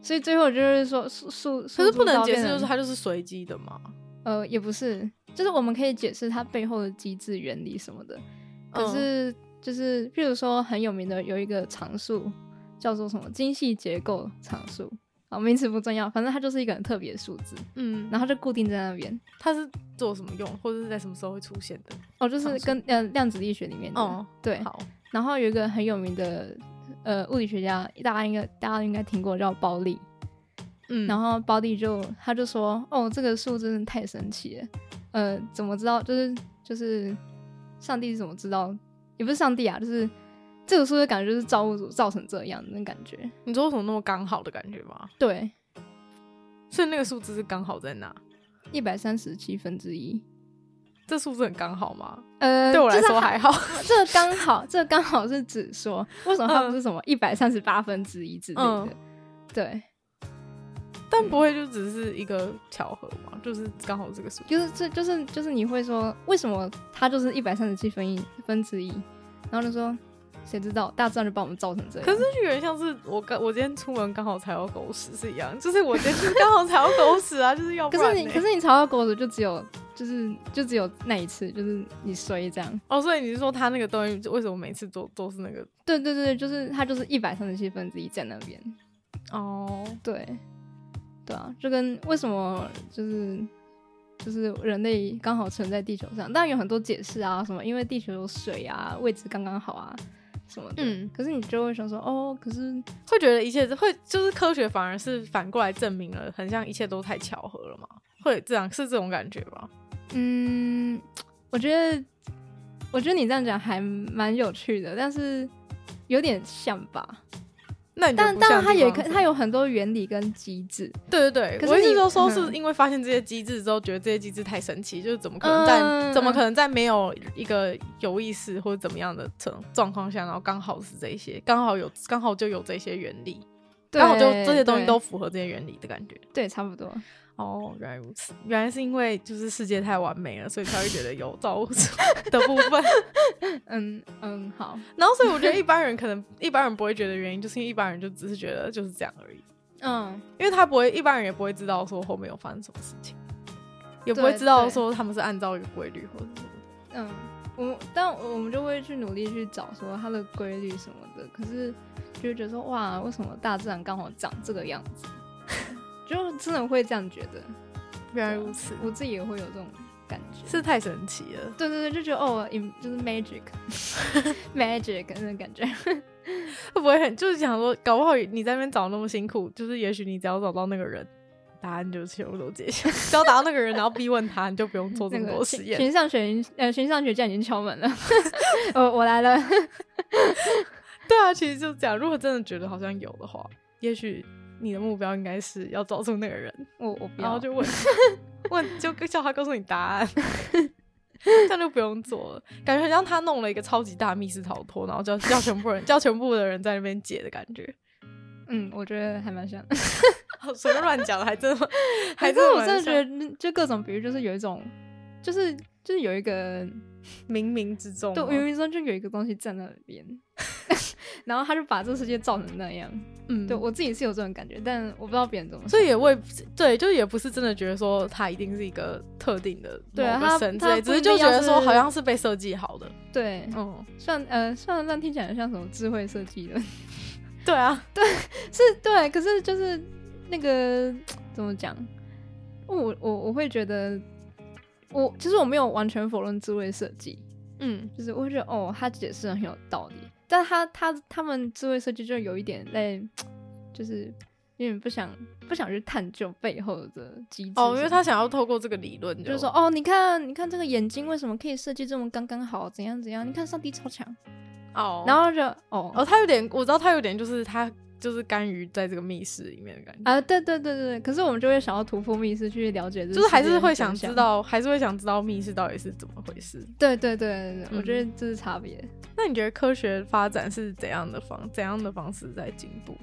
S2: 所以最后就是说数数，
S1: 可是
S2: 数
S1: 不能
S2: 到
S1: 解
S2: 变
S1: 释，就是
S2: 成
S1: 它就是随机的嘛。
S2: 呃也不是，就是我们可以解释它背后的机制原理什么的，可
S1: 嗯
S2: 是就是譬如说很有名的有一个常数叫做什么精细结构常数。啊，名词不重要，反正它就是一个很特别的数字，
S1: 嗯，
S2: 然后它就固定在那边，
S1: 它是做什么用，或者是在什么时候会出现的？
S2: 哦，就是
S1: 常数
S2: 跟呃量子力学里面的，
S1: 哦
S2: 对。
S1: 好，
S2: 然后有一个很有名的呃物理学家，大家应该大家应该听过叫包利，
S1: 嗯，
S2: 然后包利就他就说，哦，这个数真的太神奇了，呃，怎么知道？就是就是上帝是怎么知道？也不是上帝啊，就是这个数的感觉就是造物主造成这样的那感觉，
S1: 你说为什么那么刚好的感觉吗？
S2: 对，
S1: 所以那个数字是刚好在哪？
S2: 一百三十七分之一。
S1: 这数字很刚好吗？
S2: 呃，
S1: 对我来
S2: 就是
S1: 说
S2: 它
S1: 还好。
S2: 这个刚好，这个刚好是指说，为什么它不是什么一百三十八分之一之类的？
S1: 嗯
S2: 对，
S1: 但不会就只是一个巧合嘛？就是刚好这个数字。
S2: 就是这就是就是你会说，为什么它就是一百三十七分一分之一？然后就说，谁知道大自然就把我们造成这样。
S1: 可是就有点像是我刚我今天出门刚好踩到狗屎是一样，就是我今天就是刚好踩到狗屎啊，就是要不
S2: 可
S1: 然
S2: 是
S1: 呢、
S2: 你可是你查到狗子就只有就是就只有那一次，就是你衰这样。
S1: 哦，所以你是说他那个东西为什么每次都都是那个？
S2: 对对对，就是它就是一百三十七分之一在那边。
S1: 哦，
S2: 对，对啊，就跟为什么就是就是人类刚好存在地球上，当然有很多解释啊，什么因为地球有水啊，位置刚刚好啊什么的。
S1: 嗯
S2: 可是你就会想说，哦，可是
S1: 会觉得一切会就是科学反而是反过来证明了，很像一切都太巧合了嘛？会这样是这种感觉吧？
S2: 嗯，我觉得我觉得你这样讲还蛮有趣的，但是有点像吧。
S1: 那你
S2: 但当然，它也可它
S1: 有
S2: 有很多原理跟机制。
S1: 对对对，
S2: 可是
S1: 我一直
S2: 你
S1: 都说
S2: 嗯
S1: 是因为发现这些机制之后，觉得这些机制太神奇，就是怎么可能在、
S2: 嗯
S1: 怎么可能在没有一个有意识或者怎么样的状状况下，然后刚好是这些，刚好有刚好就有这些原理。
S2: 对
S1: 刚好就这些东西
S2: 对
S1: 都符合这些原理的感觉。
S2: 对，差不多。
S1: 哦，原来如此，原来是因为就是世界太完美了，所以才会觉得有造物主 的部分。
S2: 嗯嗯，好，
S1: 然后，所以我觉得一般人可能一般人不会觉得原因，就是因为一般人就只是觉得就是这样而已，
S2: 嗯，
S1: 因为他不会，一般人也不会知道说后面有发生什么事情，也不会
S2: 对
S1: 知道
S2: 对
S1: 说他们是按照一个规律或者什么。
S2: 嗯，我但我们就会去努力去找说它的规律什么的，可是就会觉得说哇，为什么大自然刚好长这个样子？ 就真的会这样觉得，
S1: 原
S2: 啊
S1: 来如此，
S2: 我自己也会有这种感觉。
S1: 是太神奇了。
S2: 对对对，就觉得哦，im- 就是 magic magic 那种感觉。
S1: 会不会很就是想说，搞不好你在那边找那么辛苦，就是也许你只要找到那个人，答案就是全部都揭晓。 只要找到那个人，然后逼问他，你就不用做这
S2: 那
S1: 么
S2: 个
S1: 多实
S2: 群
S1: 验。
S2: 群上学已经呃群上学家已经敲门 了，我我来了。
S1: 对啊，其实就这样。如果真的觉得好像有的话，也许你的目标应该是要找出那个人，
S2: 我我不
S1: 然
S2: 要，
S1: 后就 问问，就叫他告诉你答案。 这样就不用做了，感觉很像他弄了一个超级大密室逃脱，然后叫叫全部人叫全部的人在那边解的感觉。
S2: 嗯，我觉得还蛮像。
S1: 好随便乱讲，还真的，还
S2: 还
S1: 真
S2: 是
S1: 的
S2: 我
S1: 蛮
S2: 真的觉
S1: 像
S2: 得，嗯就各种比喻，就是有一种，就是就是有一个，
S1: 冥冥之中
S2: 对，
S1: 吗
S2: 冥冥中就有一个东西站在那 边，然后他就把这个世界造成那样。
S1: 嗯
S2: 对我自己是有这种感觉，但我不知道别人怎么想。
S1: 所以也未对，就也不是真的觉得说他一定是一个特定的
S2: 对啊
S1: 某个
S2: 他
S1: 神之
S2: 他
S1: 类，只
S2: 不
S1: 是
S2: 一
S1: 就
S2: 定
S1: 觉
S2: 要
S1: 得说
S2: 是
S1: 好像是被设计好的。
S2: 对，
S1: 嗯，
S2: 算呃算乱听起来像什么智慧设计的，
S1: 对啊，
S2: 是对，可是就是那个怎么讲，我我我会觉得，我其实我没有完全否认智慧设计，
S1: 嗯，
S2: 就是我会觉得哦，他解释得很有道理，但他他他们智慧设计就有一点类，就是有点不想不想去探究背后的机制什么。
S1: 哦，因为他想要透过这个理论，
S2: 就是说哦，你看你看这个眼睛为什么可以设计这么刚刚好，怎样怎样？你看上帝超强，
S1: 哦，
S2: 然后就哦
S1: 哦，他有点，我知道他有点就是他就是甘于在这个密室里面的感觉。
S2: 啊，对对对对，可是我们就会想要突破密室去了解这，嗯
S1: 就是还是会想知。道，还是会想知道密室到底是怎么回事。
S2: 对对对对对，我
S1: 嗯
S2: 觉得这是差别。
S1: 那你觉得科学发展是怎样的方怎样的方式在进步？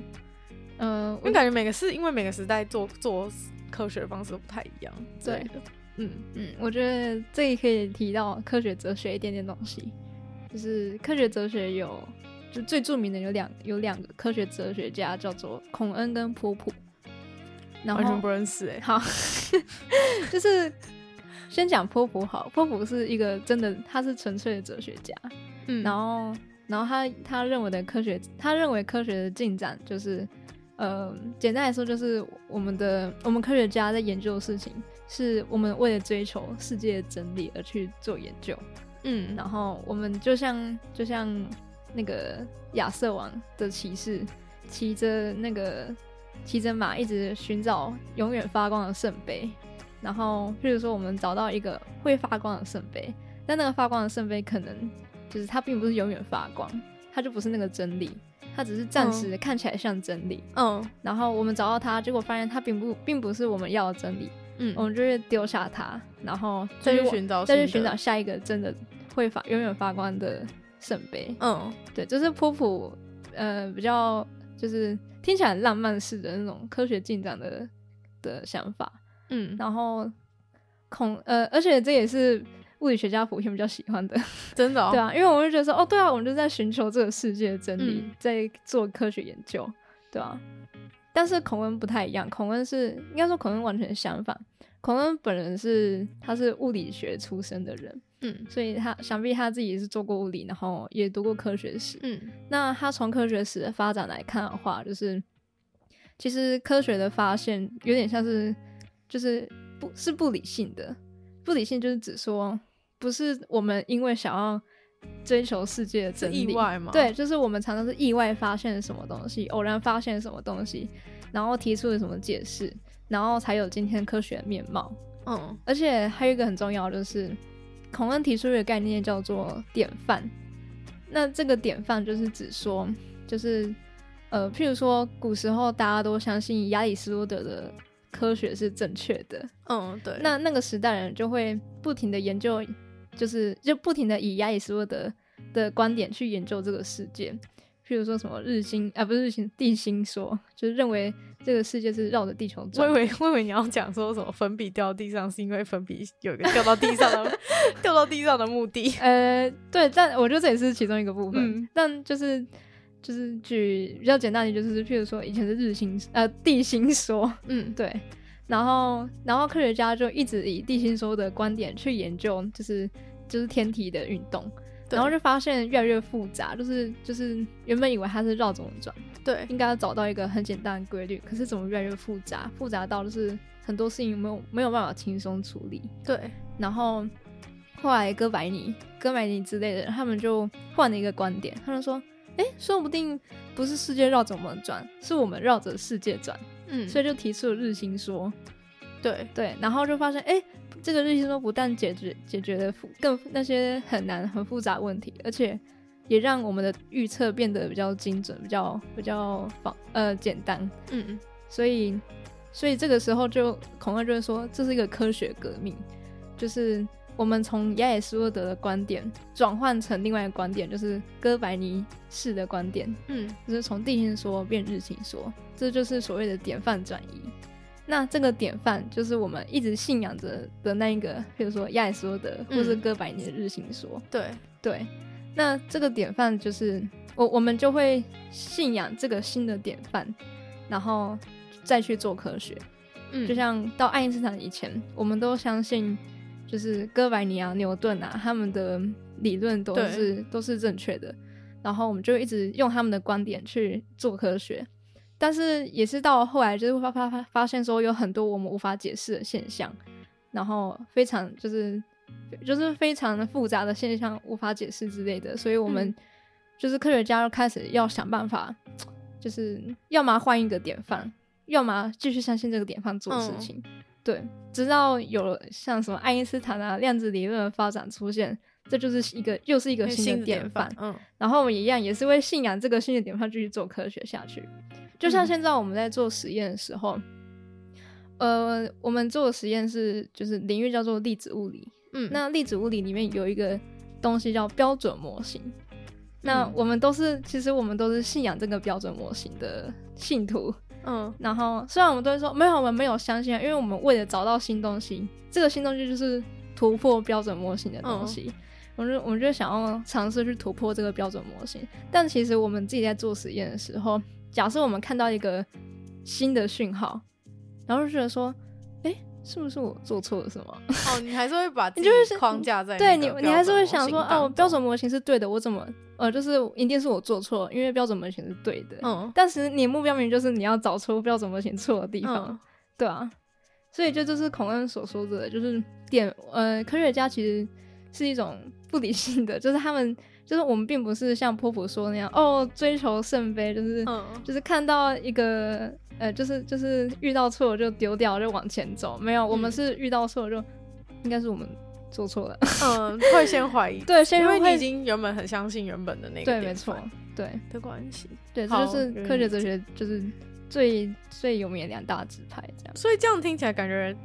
S2: 嗯，
S1: 因
S2: 我
S1: 为感觉每个是因为每个时代做做科学的方式都不太一样之类的。嗯，
S2: 嗯，我觉得这里可以提到科学哲学一点点东西，就是科学哲学有就最著名的有两有两个科学哲学家叫做孔恩跟波普，然
S1: 完全不
S2: 后
S1: 认识哎、
S2: 好， 就是先讲波普好，波普是一个真的他是纯粹的哲学家，
S1: 嗯
S2: 然后然后他他认为的科学，他认为科学的进展就是，呃，简单来说就是我们的我们科学家在研究的事情，是我们为了追求世界的真理而去做研究，
S1: 嗯
S2: 然后我们就像就像那个亚瑟王的骑士，骑着那个骑着马一直寻找永远发光的圣杯。然后，譬如说，我们找到一个会发光的圣杯，但那个发光的圣杯可能就是它并不是永远发光，它就不是那个真理，它只是暂时看起来像真理。
S1: 嗯
S2: 然后我们找到它，结果发现它并不并不是我们要的真理，
S1: 嗯
S2: 我们就会丢下它，然后
S1: 再去
S2: 就是
S1: 寻找
S2: 再去
S1: 新
S2: 寻
S1: 的
S2: 找下一个真的会发永远发光的圣杯。
S1: 嗯
S2: 对，就是波普，呃，比较就是听起来很浪漫式的那种科学进展的的想法。
S1: 嗯，
S2: 然后孔，呃，而且这也是物理学家普遍比较喜欢的，
S1: 真的、哦、
S2: 对啊，因为我们就觉得说，哦，对啊，我们就在寻求这个世界的真理，
S1: 嗯
S2: 在做科学研究，对啊。但是孔恩不太一样，孔恩是应该说孔恩完全相反。孔恩本人是他是物理学出身的人，
S1: 嗯
S2: 所以他想必他自己是做过物理，然后也读过科学史。
S1: 嗯
S2: 那他从科学史的发展来看的话，就是其实科学的发现有点像是就是不是不理性的，不理性就是指说不是我们因为想要追求世界的真
S1: 是
S2: 理，
S1: 意外吗？
S2: 对，就是我们常常是意外发现了什么东西，偶然发现了什么东西，然后提出了什么解释，然后才有今天科学的面貌。
S1: 嗯
S2: 而且还有一个很重要的就是，孔恩提出一个概念叫做典范。那这个典范就是指说，就是呃，譬如说古时候大家都相信亚里士多德的科学是正确的，
S1: 嗯对，
S2: 那那个时代人就会不停的研究，就是就不停的以亚里士多德的观点去研究这个世界。譬如说什么日心啊，不是日心，地心说，就是认为这个世界是绕着地球
S1: 我
S2: 转
S1: 以。为 我以为你要讲说什么粉笔掉地上是因为粉笔有一个掉到地上 的掉到地上的目的。
S2: 呃，对，但我觉得这也是其中一个部分。
S1: 嗯
S2: 但就是就是举比较简单的，就是譬如说以前是日心呃地心说，
S1: 嗯，
S2: 对，然后然后科学家就一直以地心说的观点去研究，就是就是天体的运动。
S1: 对
S2: 然后就发现越来越复杂，就是就是原本以为它是绕着我们转，
S1: 对，
S2: 应该要找到一个很简单的规律，可是怎么越来越复杂，复杂到就是很多事情没有没有办法轻松处理。
S1: 对，
S2: 然后后来哥白尼、哥白尼之类的，他们就换了一个观点，他们说，哎，说不定不是世界绕着我们转，是我们绕着世界转，
S1: 嗯，
S2: 所
S1: 所以
S2: 以就提出了日心说。
S1: 对，
S2: 对，然后就发现，哎，这个日心说不但解决解决了复更那些很难很复杂的问题，而且也让我们的预测变得比较精准，比较比较方呃简单。
S1: 嗯，
S2: 所以，所以这个时候就孔二就会说，这是一个科学革命，就是我们从亚里士多德的观点转换成另外一个观点，就是哥白尼式的观点，
S1: 嗯，
S2: 就是从地心说变日心说，这就是所谓的典范转移。那这个典范就是我们一直信仰着的那一个，比如说亚里士多德或是
S1: 嗯
S2: 哥白尼的日心说。
S1: 对，
S2: 对，那这个典范就是我我们就会信仰这个新的典范，然后再去做科学。
S1: 嗯，
S2: 就像到爱因斯坦以前，我们都相信就是哥白尼啊、牛顿啊他们的理论都
S1: 对
S2: 是都是正确的，然后我们就一直用他们的观点去做科学。但是也是到后来，就是发发发发现说有很多我们无法解释的现象，然后非常就是就是非常的复杂的现象无法解释之类的，所以我们
S1: 嗯
S2: 就是科学家开始要想办法，就是要么换一个典范，要么继续相信这个典范做事
S1: 嗯
S2: 情。对，直到有了像什么爱因斯坦啊、量子理论的发展出现，这就是一个又是一个
S1: 因为
S2: 新的典
S1: 典
S2: 范。
S1: 嗯，
S2: 然后我们一样也是会信仰这个新的典范继续做科学下去。就像
S1: 嗯
S2: 现在我们在做实验的时候，呃，我们做的实验是就是领域叫做粒子物理。
S1: 嗯，
S2: 那粒子物理里面有一个东西叫标准模型。那
S1: 嗯
S2: 我们都是，其实我们都是信仰这个标准模型的信徒。
S1: 嗯，
S2: 然后虽然我们都会说没有，我们没有相信啊，因为我们为了找到新东西，这个新东西就是突破标准模型的东西。
S1: 嗯
S2: 我们就我们就想要尝试去突破这个标准模型，但其实我们自己在做实验的时候，假设我们看到一个新的讯号，然后就觉得说，哎，是不是我做错了什么？
S1: 哦，你还是会把
S2: 你
S1: 自己
S2: 就会想
S1: 框架在
S2: 对
S1: 那
S2: 你
S1: 个，
S2: 你
S1: 标
S2: 还是
S1: 准
S2: 会
S1: 模
S2: 想
S1: 型
S2: 说，
S1: 当
S2: 哦，标
S1: 中
S2: 准模型是对的，我怎么，呃，就是一定是我做错了，因为标准模型是对的。
S1: 嗯
S2: 但是你的目标明明就是你要找出标准模型错的地方，
S1: 嗯
S2: 对啊，所以这就是孔恩所说的，就是点呃，科学家其实是一种不理性的，就是他们就是我们并不是像波普说那样哦，追求圣杯，就是、
S1: 嗯
S2: 就是看到一个呃，就是就是遇到错了就丢掉就往前走，没有，我们
S1: 嗯
S2: 是遇到错了就应该是我们做错了，，
S1: 嗯，会先怀疑
S2: 对，先
S1: 因为
S2: 会
S1: 你已经原本很相信原本的那个
S2: 对，
S1: 典
S2: 没错
S1: 范，
S2: 对
S1: 的关系，
S2: 对，这
S1: 好嗯
S2: 就是
S1: 原来
S2: 科学
S1: 如
S2: 哲学就是最最有名的两大支派这样。
S1: 所以这样听起来感觉。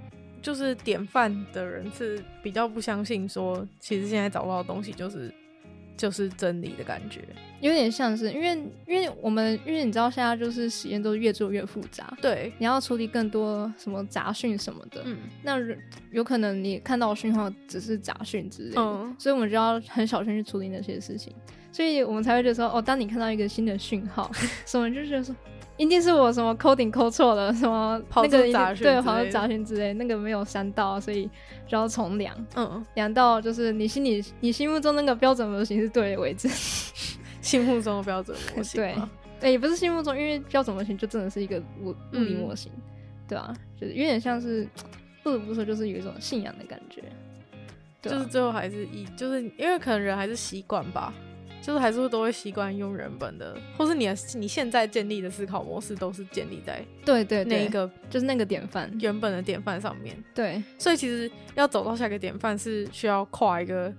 S1: 就是典范的人是比较不相信说，其实现在找到的东西就是就是真理的感觉。
S2: 有点像是，因为因为我们因为你知道现在就是实验都越做越复杂，
S1: 对，
S2: 你要处理更多什么杂讯什么的，
S1: 嗯
S2: 那如有可能你看到的讯号只是杂讯之类的，
S1: 嗯
S2: 所以我们就要很小心去处理那些事情，所以我们才会觉得说，哦，当你看到一个新的讯 号，什么你就觉得说。一定是我什么 coding 抠错了，什么
S1: 跑
S2: 那个
S1: 出
S2: 一定
S1: 杂讯
S2: 对，
S1: 之
S2: 跑
S1: 类
S2: 出
S1: 的
S2: 杂讯之类，那个没有删到，所以就要重量，
S1: 嗯，
S2: 量到就是你心里你心目中那个标准模型是对的为止。
S1: 啊心目中的标准模型
S2: 对
S1: 嘛。
S2: 对，也不是心目中，因为标准模型就真的是一个物物理
S1: 嗯
S2: 模型，对啊，就是有点像是不得不说，就是有一种信仰的感觉，对啊、
S1: 就是最后还是以，就是因为可能人还是习惯吧，就是还是会都会习惯用原本的，或是你的你现在建立的思考模式都是建立在
S2: 对对
S1: 那
S2: 对，
S1: 一个
S2: 就是那个典范，
S1: 原本的典范上面，
S2: 对
S1: 所以其实要走到下一个典范是需要跨一个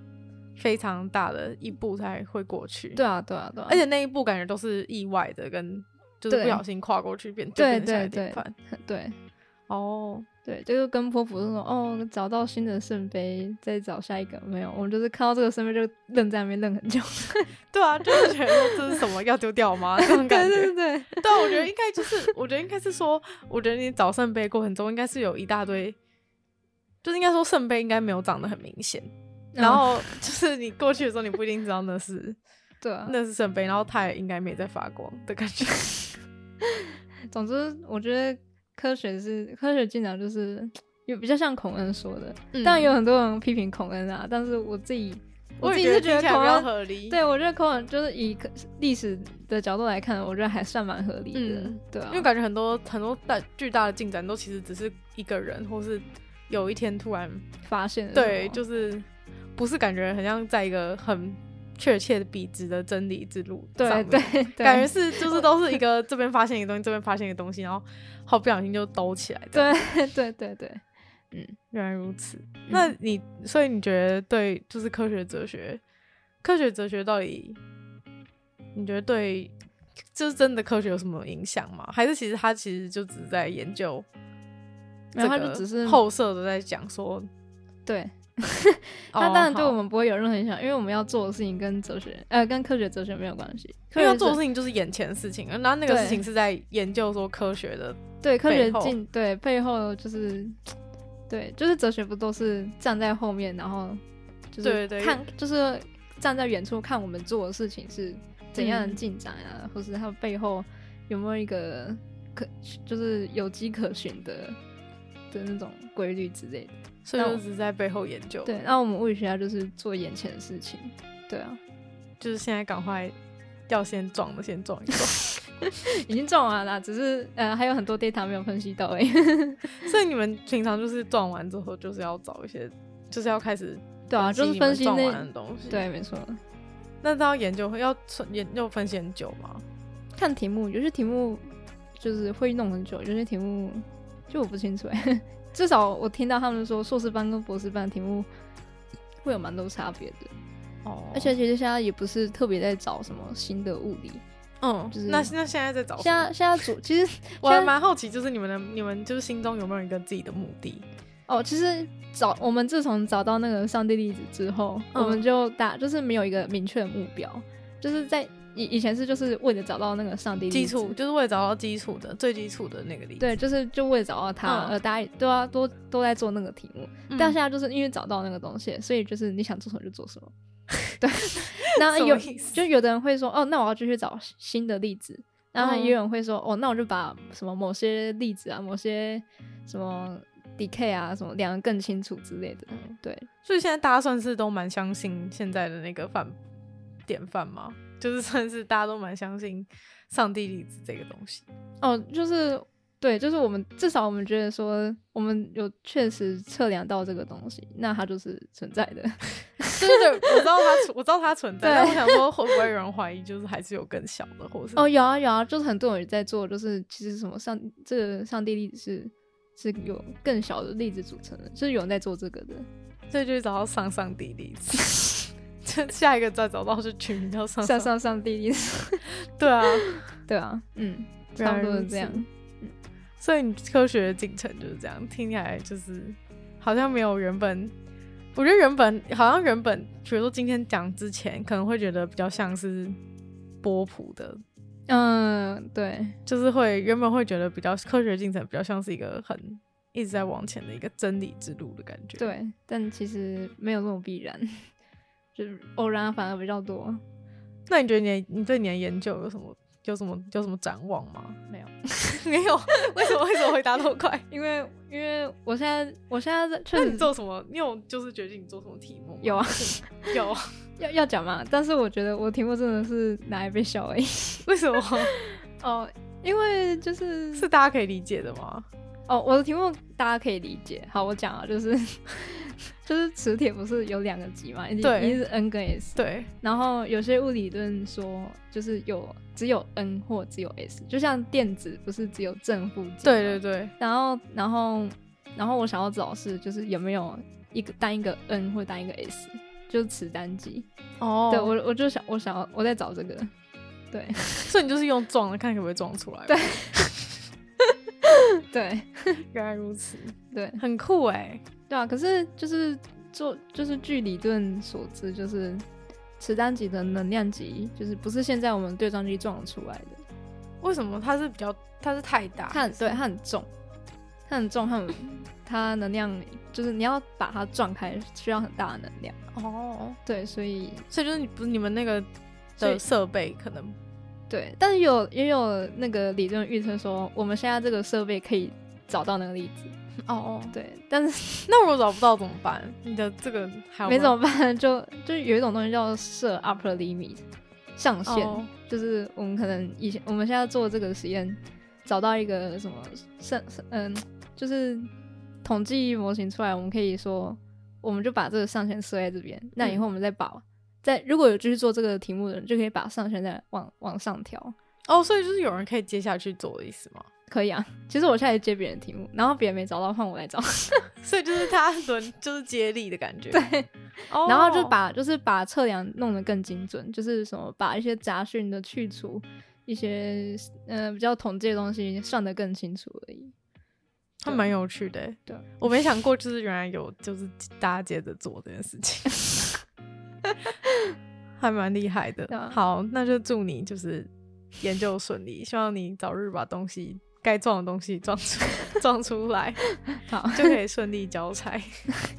S1: 非常大的一步才会过去。
S2: 对，啊对啊对啊，
S1: 而且那一步感觉都是意外的，跟就是
S2: 对
S1: 不小心跨过去变就
S2: 对
S1: 变成下一
S2: 对
S1: 个典
S2: 对
S1: 范。
S2: 对
S1: 哦，
S2: 对，就是跟波普说哦，找到新的圣杯，再找下一个。没有，我们就是看到这个圣杯就愣在那边愣 很久。
S1: 对啊，就是觉得说这是什么要丢掉 吗？这种感
S2: 对
S1: 觉。
S2: 对对，
S1: 对啊，我觉得应该就是，我觉得应该是说，我觉得你找圣杯过程中应该是有一大堆，就是应该说圣杯应该没有长得很明显，
S2: 嗯
S1: 然后就是你过去的时候你不一定知道那是
S2: 对啊，
S1: 那是圣杯，然后它也应该没在发光的感觉。
S2: 总之我觉得科学是科学进展，就是有比较像孔恩说的，
S1: 嗯
S2: 但有很多人批评孔恩啊，但是我自己
S1: 我
S2: 自
S1: 也
S2: 己
S1: 觉
S2: 是
S1: 得
S2: 觉
S1: 听
S2: 得
S1: 起来
S2: 孔
S1: 比较
S2: 恩
S1: 合理。
S2: 对，我觉得孔尔就是以科历史的角度来看，我觉得还算蛮合理的，
S1: 嗯
S2: 对啊
S1: 因，为感觉很多很多大巨大的进展都其实只是一个人，或是有一天突然
S2: 发现了什
S1: 对，
S2: 么
S1: 就是不是感觉很像在一个很确切的笔直的真理之路上
S2: 对
S1: 面
S2: 对对，
S1: 感觉是就是都是一个这边发现一个东西，这边发现一个东西，然后好不小心就兜起来。，
S2: 对 对对对，
S1: 原来如此。嗯
S2: 嗯
S1: 那你所以你觉得对，就是科学哲学，科学哲学到底你觉得对，就是真的科学有什么影响吗？还是其实它其实就只是在研究这
S2: 没
S1: 个
S2: 有，他就只是
S1: 后设的在讲说，
S2: 对，
S1: 哦
S2: 他当然对
S1: 好
S2: 我们不会有任何影响，因为我们要做的事情跟哲学呃跟科学哲学没有关系，科
S1: 因为要
S2: 学
S1: 做的
S2: 哲
S1: 事情就是眼前的事情，然后那个
S2: 对
S1: 事情是在研究说科学的，
S2: 对科学
S1: 背后
S2: 进对背后就是对，就是哲学不都是站在后面，然后就是
S1: 对对
S2: 看就是站在远处看我们做的事情是怎样的
S1: 嗯
S2: 进展啊，或是它背后有没有一个可就是有迹可循的的那种规律之类的。
S1: 所以
S2: 那
S1: 就
S2: 我
S1: 只是在背后研究。，
S2: 对，那我们物理学家就是做眼前的事情，对啊，
S1: 就是现在赶快要先撞的先撞一撞。
S2: 已经撞完了啦，只是呃还有很多 data 没有分析到欸而已。
S1: 所以你们平常就是撞完之后，就是要找一些，就是要开始
S2: 对啊，就是
S1: 你
S2: 分
S1: 们
S2: 析
S1: 撞完
S2: 那
S1: 的东西。，
S2: 对，没错。
S1: 那他要研究要研究分析很久吗？
S2: 看题目，有些题目就是会弄很久，有些题目就我不清楚哎、 至少我听到他们说硕士班跟博士班的题目会有蛮多差别的，
S1: 哦
S2: 而且其实现在也不是特别在找什么新的物理，
S1: 嗯，
S2: 就是
S1: 那那现在在找什么，
S2: 现在现在主其实
S1: 我还
S2: 现在
S1: 蛮好奇，就是你们的你们就是心中有没有一个自己的目的？
S2: 哦，其实找我们自从找到那个上帝粒子之后，
S1: 嗯
S2: 我们就打就是没有一个明确的目标，就是在以以前是就是为了找到那个上帝
S1: 基
S2: 粒子
S1: 础就是为了找到基础的最基础的那个例子。
S2: 对，就是就为了找到它，
S1: 嗯
S2: 呃，大家也都要都都在做那个题目，
S1: 嗯，
S2: 但现在就是因为找到那个东西，所以就是你想做什么就 做什么。对，那
S1: 什么
S2: 有
S1: 意思
S2: 就有的人会说，哦，那我要继续找新的例子。然后
S1: 嗯
S2: 也有人会说，哦，那我就把什么某些例子啊，某些什么 decay 啊，什么两个更清楚之类的。
S1: 嗯
S2: 对，
S1: 所以现在大家算是都蛮相信现在的那个范典范吗？ 就是算是大家都蛮相信上帝粒子这个东西。
S2: 哦，就是对，就是我们至少我们觉得说，我们有确实测量到这个东西，那它就是存在的。
S1: 对对，对，我知道它存，我知道它存在，
S2: 对
S1: 但我想说，会不会有人怀疑，就是还是有更小的，或者是
S2: 哦，有啊有啊，就是很多人在做，就是其实什么上这个上帝粒子是是有
S1: 嗯
S2: 更小的粒子组成的，就是有人在做这个 的。
S1: 所以就是找到上上帝粒子， 就下一个再找到是取名叫上
S2: 上上上帝粒子，
S1: 对啊，
S2: 对啊，嗯，
S1: 原
S2: 差
S1: 来
S2: 不多
S1: 如
S2: 是这样
S1: 此。所以你科学的进程就是这样，听起来就是好像没有原本，我觉得原本好像原本，比如说今天讲之前，可能会觉得比较像是波普的，
S2: 嗯，对，
S1: 就是会原本会觉得比较科学进程比较像是一个很一直在往前的一个真理之路的感觉，
S2: 对，但其实没有那么必然，就是偶然反而比较多。
S1: 那你觉得你的你对你的研究有什么有什么有什么展望吗？
S2: 没有，
S1: 没有，为什么为什么回答那 么快？
S2: 因为因为我现在我现在在确
S1: 那
S2: 实
S1: 你做什么？你有就是决定你做什么题目吗？
S2: 有啊，
S1: 有，
S2: 要要讲嘛，但是我觉得我题目真的是拿来被笑而已。
S1: 为什么？
S2: 哦，因为就是
S1: 是大家可以理解的吗？
S2: 哦，我的题目大家可以理解。好，我讲啊，就是 就是磁铁不是有两个极嘛，一定
S1: 对
S2: 一定是 n 跟 s。
S1: 对，
S2: 然后有些物理论说，就是有只有 n 或只有 s，就像电子不是只有正负极吗
S1: 对对对，
S2: 然后然后然后我想要找的是就是有没有一个单一个 n 或单一个 s，就是磁单极。
S1: 哦
S2: 对我我就想我想要我在找这个。对
S1: 所以你就是用撞的，看可不可以撞出来。对，
S2: 对
S1: 原来如此，
S2: 对
S1: 很酷哎、
S2: 对啊，可是就是做就是据理论所知，就是磁单极的能量级，就是不是现在我们对撞机撞出来的，
S1: 为什么它是比较啊它是太大？
S2: 它很对，它很重，它很重，它很它能量就是你要把它撞开，需要很大的能量。
S1: 哦，
S2: 对，所以
S1: 所以就是你不是你们那个
S2: 所以
S1: 的设备可能
S2: 对，但是有也有那个理论预测说，我们现在这个设备可以找到那个粒子。
S1: 哦哦，
S2: 对，但 是
S1: 那如果找不到怎么办？你的这个还有
S2: 没
S1: 吗
S2: 怎么办， 就就有一种东西叫设 upper limit 上限，
S1: 哦
S2: 就是我们可能以前我们现在做这个实验，找到一个什么上嗯，就是统计模型出来，我们可以说，我们就把这个上限设在这边，那以后我们再把。再如果有继续做这个题目的人，就可以把上限再往往上调，
S1: 哦，所以就是有人可以接下去做的意思吗？
S2: 可以啊。 其实我现在接别人的题目，然后别人没找到，换我来找。
S1: 所以就是他轮就是接力的感觉，对，哦、
S2: 然后就把就是把测量弄得更精准，就是什么把一些杂讯的去除，一些呃比较统计的东西算得更清楚而已。
S1: 还蛮有趣的欸，
S2: 对
S1: 我没想过就是原来有就是大家接着做这件事情，还蛮厉害的
S2: 对啊。
S1: 好，那就祝你就是研究顺利，希望你早日把东西该撞的东西撞出 撞出来，
S2: 好，
S1: 就可以顺利交差。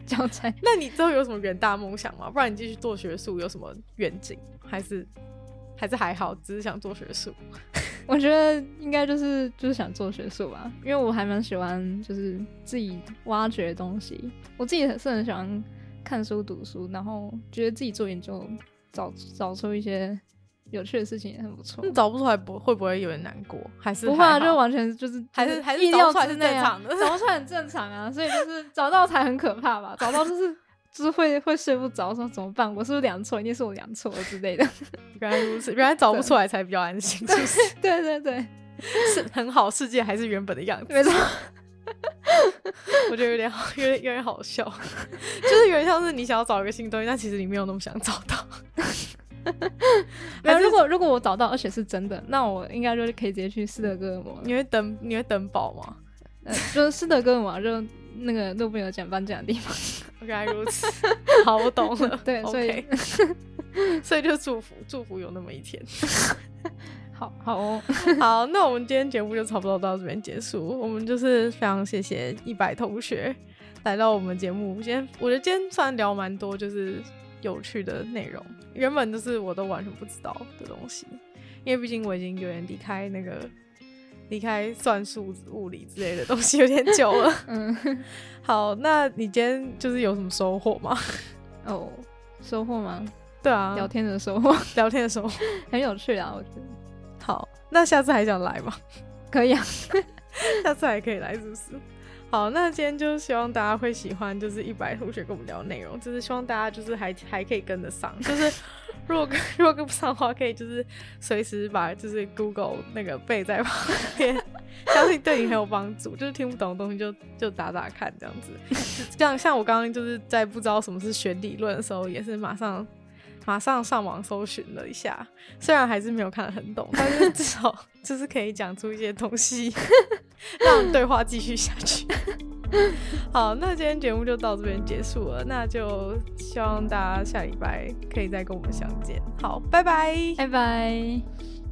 S2: 教材
S1: 那你之后有什么远大梦想吗？不然你继续做学术有什么远景？还是还是还好，只是想做学术？
S2: 我觉得应该就是就是想做学术吧，因为我还蛮喜欢就是自己挖掘东西，我自己是很喜欢看书读书，然后觉得自己做研究找找出一些有趣的事情也很不错
S1: 那。找不出来不会不会有点难过？还是
S2: 不会啊，
S1: 嗯还好
S2: 就完全就是
S1: 还
S2: 就是
S1: 还是
S2: 意
S1: 找
S2: 料
S1: 不出来
S2: 之
S1: 是正
S2: 内啊
S1: 常的
S2: 找不出来很正常啊，所以就是找到才很可怕吧，找到就是就是会会睡不着，说怎么办？我是不是量错？一定是我量错了之类的。
S1: 原来如此，原来找不出来才比较安心，是不是？
S2: 对对对，
S1: 是很好，世界还是原本的样子。
S2: 没错，
S1: 我觉得有点好，有点有点好笑，就是有点像是你想要找一个新东西，但其实你没有那么想找 到。
S2: 没有。
S1: 还是
S2: 如果如果我找到，而且是真的，那我应该就是可以直接去斯德哥尔摩了。
S1: 你会等你会等宝吗？
S2: 呃就是斯德哥尔摩，就那个诺贝尔奖颁奖的地方。
S1: 原来如此， 好，我懂了。
S2: 对所以
S1: OK 所以就祝福祝福有那么一 天。
S2: 好好哦，
S1: 好，那我们今天节目就差不多到这边结束。我们就是非常谢谢一百同学来到我们节目。今天我觉得今天算聊蛮多，就是有趣的内容，原本就是我都完全不知道的东西，因为毕竟我已经有点离开那个离开算术、物理之类的东西有点久了。
S2: 嗯，
S1: 好，那你今天就是有什么收获吗？
S2: 哦，收获吗？
S1: 对啊，
S2: 聊天的收获
S1: 聊天的时候，
S2: 很有趣啊，我觉得
S1: 好，那下次还想来吗？
S2: 可以啊。
S1: 下次还可以来，是不是？好，那今天就希望大家会喜欢，就是一百同学跟我们聊的内容，就是希望大家就是还还可以跟得上， 就是如果跟如果跟不上的话，可以就是随时把就是 Google 那个背在旁边，相信对你很有帮助。就是听不懂的东西就就打打看这样子，这样像我刚刚就是在不知道什么是学理论的时候，也是马上马上上网搜寻了一下，虽然还是没有看得很懂，但是至少 就是可以讲出一些东西。 让对话继续下去。 好，那今天节目就到这边结束了，那就希望大家下礼拜可以再跟我们相见。好，拜拜。
S2: 拜拜。